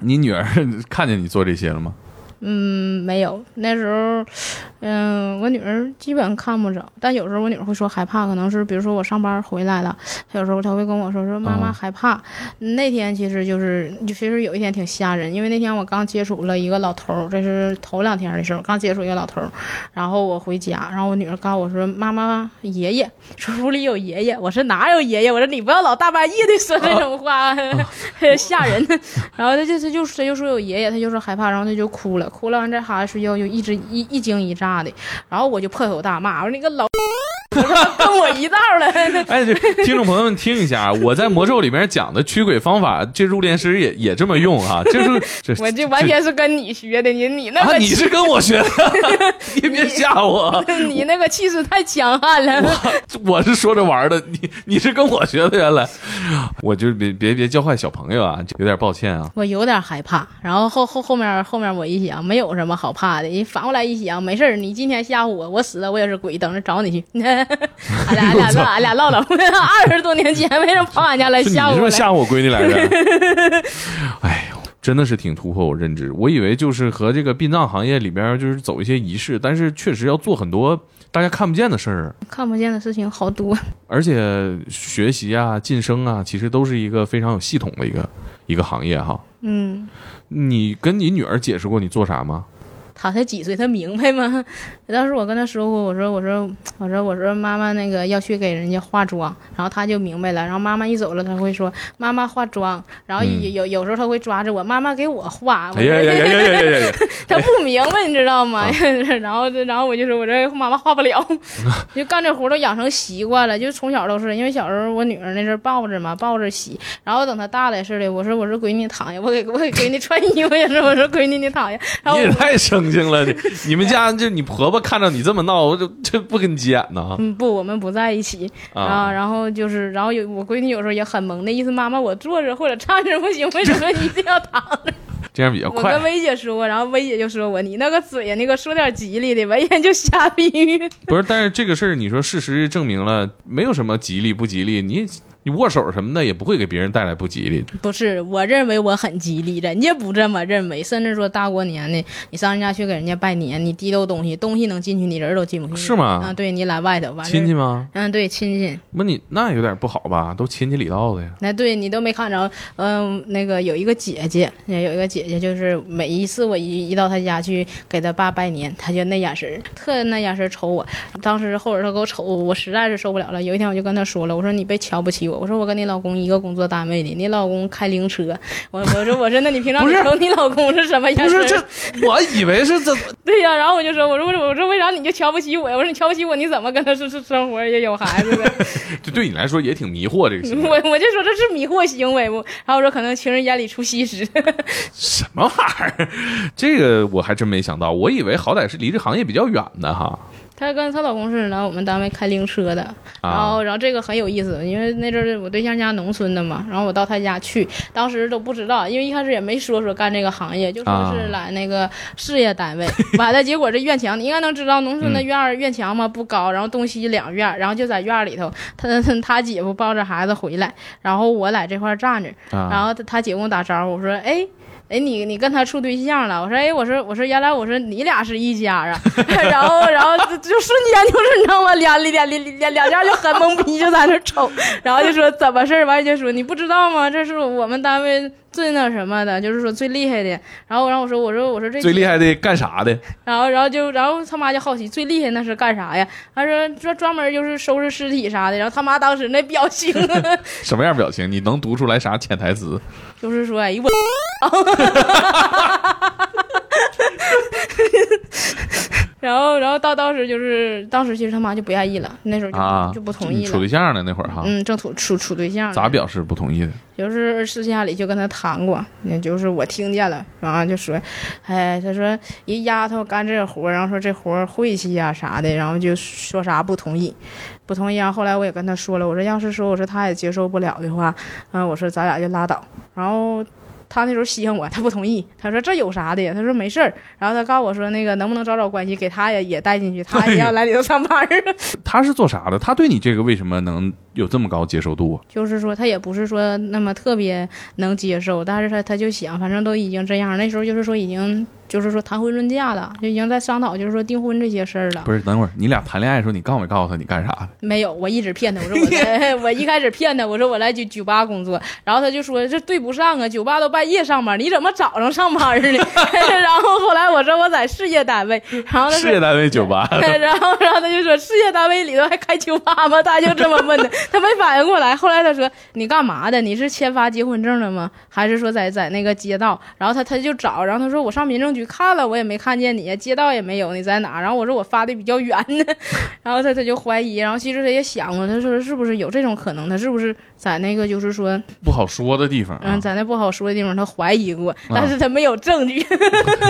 D: 你女儿看见你做这些了吗？
B: 嗯，没有。那时候，嗯、我女儿基本看不着，但有时候我女儿会说害怕，可能是比如说我上班回来了，她有时候她会跟我说说妈妈
D: 哦
B: 害怕。那天其实就是，就其实有一天挺吓人，因为那天我刚接触了一个老头儿，这是头两天的时候，刚接触一个老头儿，然后我回家，然后我女儿告诉我说妈妈爷爷，说屋里有爷爷，我说哪有爷爷？我说你不要老大半夜的说这种话，吓人。然后他就他就他就说有爷爷，他就说害怕，然后他就哭了，
A: <laughs>
B: 哭了完这孩子睡觉就一直一一惊一乍的，然后我就破口大骂，我说你个老。跟我一道儿了。
A: <laughs> 哎，这听众朋友们听一
B: <laughs>
A: 下，啊我在魔兽里面讲的驱鬼方法，这入殓师也也这么用啊，这是这
B: 我这完全是跟你学的，你你那
A: 啊，
B: 个
A: 你
B: 气、
A: 是跟我学
B: <laughs>
A: 的， <laughs> 你别吓我，
B: 你那个气势太强悍了。
A: <laughs> 我是说着玩儿的，你你是跟我学的，原来我就别别别教坏小朋友啊，有点抱歉啊。
B: 我有点害怕，然后后后后面后面我一想，没有什么好怕的。人反过来一想，没事儿，你今天吓唬我，我死了我也是鬼，等着找你去。 <laughs> 俺俩俺俩唠俺俩唠 <laughs> 唠，二十多年前为什么跑俺家来
A: 是你
B: 哎吓
A: 是
B: 我
A: 不是
B: 了？
A: 吓我闺女来着？
B: <laughs>
A: 哎呦，真的是挺突破我认知，我以为就是和这个殡葬行业里边就是走一些仪式，但是确实要做很多大家看不见的事儿，
B: 看不见的事情好多，
A: 而且学习啊、晋升啊，其实都是一个非常有系统的一个一个行业哈。
B: 嗯。
A: 你跟你女儿解释过你做啥吗？
B: 他才几岁，他明白吗？ <laughs> 当时我跟他说过，我说我说我说我说妈妈那个要去给人家化妆，然后他就明白了。然后妈妈一走了，他会说妈妈化妆，然后有、
A: 嗯
B: 有有时候他会抓着我妈妈给我化，我
A: 哎呀呀啊呀呀呀呀呀！
B: 他不明白，你知道吗？ <laughs> 然后然后我就说我这妈妈化
A: <laughs>
B: 不了，就干这活都养成习惯了，就从小都是，因为小时候我女儿那阵儿抱着嘛，抱着洗，然后等她大了也是的，我说我说闺女躺下，我给我给闺女穿衣服也是，我说闺女你躺下，然后
A: 你
B: 我
A: 也太生性了，你你们家这你婆婆看着你这么闹，这这不跟你急眼呢
B: 嗯，不，我们不在一起啊。
A: 啊！
B: 然后就是，然后有我闺女有时候也很萌的意思，妈妈我坐着或者站着不行，为什么你一定要躺着？
A: 这样比较
B: 我
A: <laughs>
B: 跟
A: 快。
B: 薇姐说，然后薇姐就说我你那个嘴呀，那个说点吉利的，完全就瞎逼逼。
A: 不是，但是这个事儿，你说事实证明了，没有什么吉利不吉利，你你握手什么的也不会给别人带来不吉利。
B: <laughs> 不是，我认为我很吉利，人家不这么认为，甚至说大过年的，你上人家去给人家拜年，你提溜东西，东西能进去，你人都进不去。
A: 是吗
B: 啊，对你来外头完事儿
A: 亲戚。吗？
B: 嗯，对亲戚，
A: 那你那有点不好吧？都亲戚里道的呀。
B: 那对你都没看着，嗯，那个有一个姐姐，有一个姐姐，就是每一次我一一到她家去给她爸拜年，她就那眼神儿，特那眼神儿瞅我。当时后边她给我瞅，我实在是受不了了。有一天我就跟她说了，我说你别瞧不起我，我说我跟你老公一个工作单位的，你老公开灵车，我我说我说那你平常
C: 不
B: 你
C: 是
B: 瞅你老公是什么
C: 不
B: 眼神
C: 是
B: 儿？
C: 这，我以为是这，
B: 对呀、然后我就说我说我说我说为啥你就瞧不起我呀？我说你瞧不起我，你怎么跟他是是生活也有孩子的？ <laughs>
A: 这 <laughs> 对你来说也挺迷惑，这个行
B: 我
A: 为
B: 我就说这是迷惑行为不？然后我说可能情人眼里出西施。
A: 什么玩意儿？这个我还真没想到，我以为好歹是离这行业比较远的哈。
B: 她跟她老公是来我们单位开灵车的，然
A: 啊
B: 后然后这个很有意思，因为那阵儿我对象家农村的嘛，然后我到他家去，当时都不知道，因为一开始也没说说干这个行业，就说
A: 啊
B: 是来那个事业单位。完了，结果这院墙你应该能知道，农村的院儿、院墙嘛不高，然后东西两院儿，然后就在院儿里头，他他他姐夫抱着孩子回来，然后我在这块儿站着，然
A: 啊！
B: 后他他姐跟我打招呼，我说哎。哎，你你跟他处对象了？我说，哎，我说我说，原来我说你俩是一家啊，然后然后就就瞬间就是你知道吗？俩俩俩俩俩家就很懵逼，就在那瞅，然后就说怎么事儿？完就说你不知道吗？这是我们单位最那什么的，就是说最厉害的。然后然后我说我说我说这
A: 最厉害的干啥的？
B: 然后，然后就，然后他妈就好奇最厉害那是干啥呀？他说专专门就是收拾尸体啥的。然后他妈当时那表情，
A: 什么样表情？你能读出来啥潜台词？
B: 就是说，哎呦我， <laughs> 然后，然后到当时就是当时其实他妈就不愿意了，那时候就、
A: 啊
B: 就不同意
A: 你处
B: 了
A: 对。象呢？那会儿哈，
B: 嗯，正处处处对象呢，
A: 咋表示不同意的？
B: 就是私下里就跟他谈过，那就是我听见了，然后就说，哎，他说一丫头干这活儿，然后说这活儿晦气呀、啥的，然后就说啥不同意，不同意。啊然后后来我也跟他说了，我说要是说我说他也接受不了的话，嗯、我说咱俩就拉倒。然后他那时候稀罕我，他不同意，他说这有啥的呀？他说没事儿。然后他告诉我说那个能不能找找关系，给他也也带进去，他也要来里头上班儿。
D: 他是做啥的？他对你这个为什么能有这么高接受度啊？
B: 就是说他也不是说那么特别能接受，但是他他就想，反正都已经这样，那时候就是说已经就是说谈婚论嫁了，就已经在商讨就是说订婚这些事儿了
D: 不。是，等会儿你俩谈恋爱的时候，你告没告诉他你干啥的？
B: 没有，我一直骗他，我说我在，我 <laughs> 一开始骗他，我说我来酒酒吧工作，然后他就说这对不上啊，酒吧都半夜上班，你怎么早上上班呢？ <laughs> 然后后来我说我在事业单位，然后他说
A: 事业单位酒吧
B: 然后，然后他就说，事业单位里头还开酒吧吗？他就这么问的。他没反应过来。后来他说：“你干嘛的？你是签发结婚证了吗？还是说在在那个街道？”然后他他就找，然后他说：“我上民政局看了，我也没看见你，啊街道也没有，你在哪？”然后我说：“我发的比较远呢。” <laughs> 然后他他就怀疑，然后其实他也想过，他说：“是不是有这种可能？他是不是在那个就是说，
A: 不好说的地方啊。
B: 嗯，在那不好说的地方，他怀疑过，但是他没有证据。 <laughs>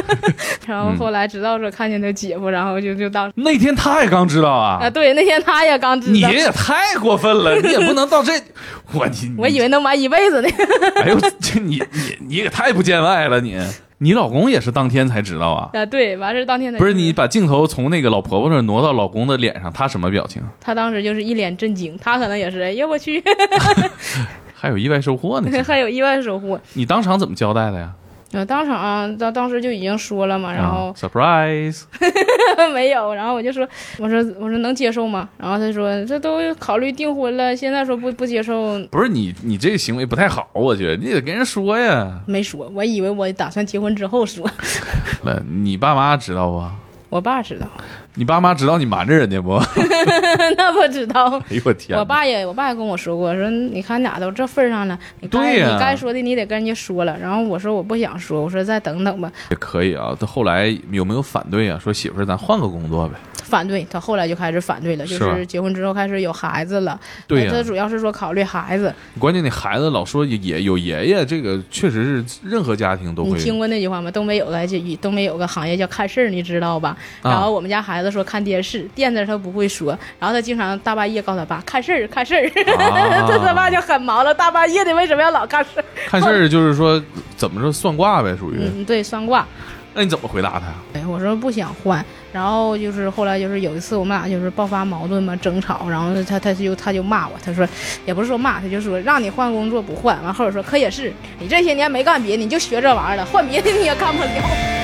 B: 然后后来直到说看见他姐夫，然后就就当
A: 那天他也刚知道啊，
B: 啊，对，那天他也刚知
A: 你
B: 道，
A: 也太过分了，你也不能到这，我你
B: <laughs> 我以为能瞒一辈
A: <laughs>
B: 子呢。
A: 哎呦，这你你你也太不见外了，你你老公也是当天才知道啊。
B: 啊，对，完事儿当天他
A: 不是
B: 就
A: 你把镜头从那个老婆婆那儿挪到老公的脸上，他什么表情？
B: 他当时就是一脸震惊，他可能也是，哎呀我去， <laughs>
A: 还有意外收获呢？
B: 还有意外收获。
A: 你当场怎么交代的呀？
B: 呃，当场啊当当时就已经说了嘛，然后
A: 啊、
B: <laughs>
A: surprise，
B: 没有，然后我就说，我说我说能接受吗？然后他说这都考虑订婚了，现在说不不接受，
A: 不是你你这个行为不太好，我觉得你得跟人说呀。
B: 没说，我以为我打算结婚之后说，
A: 那你爸妈知道不？
B: 我爸知道， <laughs>
A: 你爸妈知道你瞒着人家不？ <laughs> 哎
B: 那不知道。
A: 呦我天！
B: 我爸也，我爸也跟我说过，说你看俩都这份儿上了，你该、
A: 对呀
B: 你该说的你得跟人家说了。然后我说我不想说，我说再等等吧。
A: 也可以啊。他后来有没有反对啊？说媳妇儿，咱换个工作呗。
B: 反对，他后来就开始反对了，就是
A: 吧
B: 是结婚之后开始有孩子了。
A: 对呀、
B: 他主要是说考虑孩子。
A: 关键那孩子老说也也有爷爷，这个确实是任何家庭都
B: 你
A: 会。
B: 听过那句话吗？东北有个就东北有个行业叫看事儿，你知道吧？
A: 啊
B: 然后我们家孩子说看电视，垫字他不会说，然后他经常大半夜告诉他爸看事儿看事儿，
A: 啊
B: <laughs> 他他爸就很毛了，大半夜的为什么要老看事儿？
A: 看事儿就是说怎么说算卦呗，属于。
B: 嗯，对，算卦。
A: 那你怎么回答他呀？
B: 哎，我说不想换，然后就是后来就是有一次我们俩就是爆发矛盾嘛，争吵，然后他他就他就骂我，他说也不是说骂，他就说让你换工作不换，完后者说可也是，你这些年没干别的，你就学这玩意儿了，换别的你也干不了。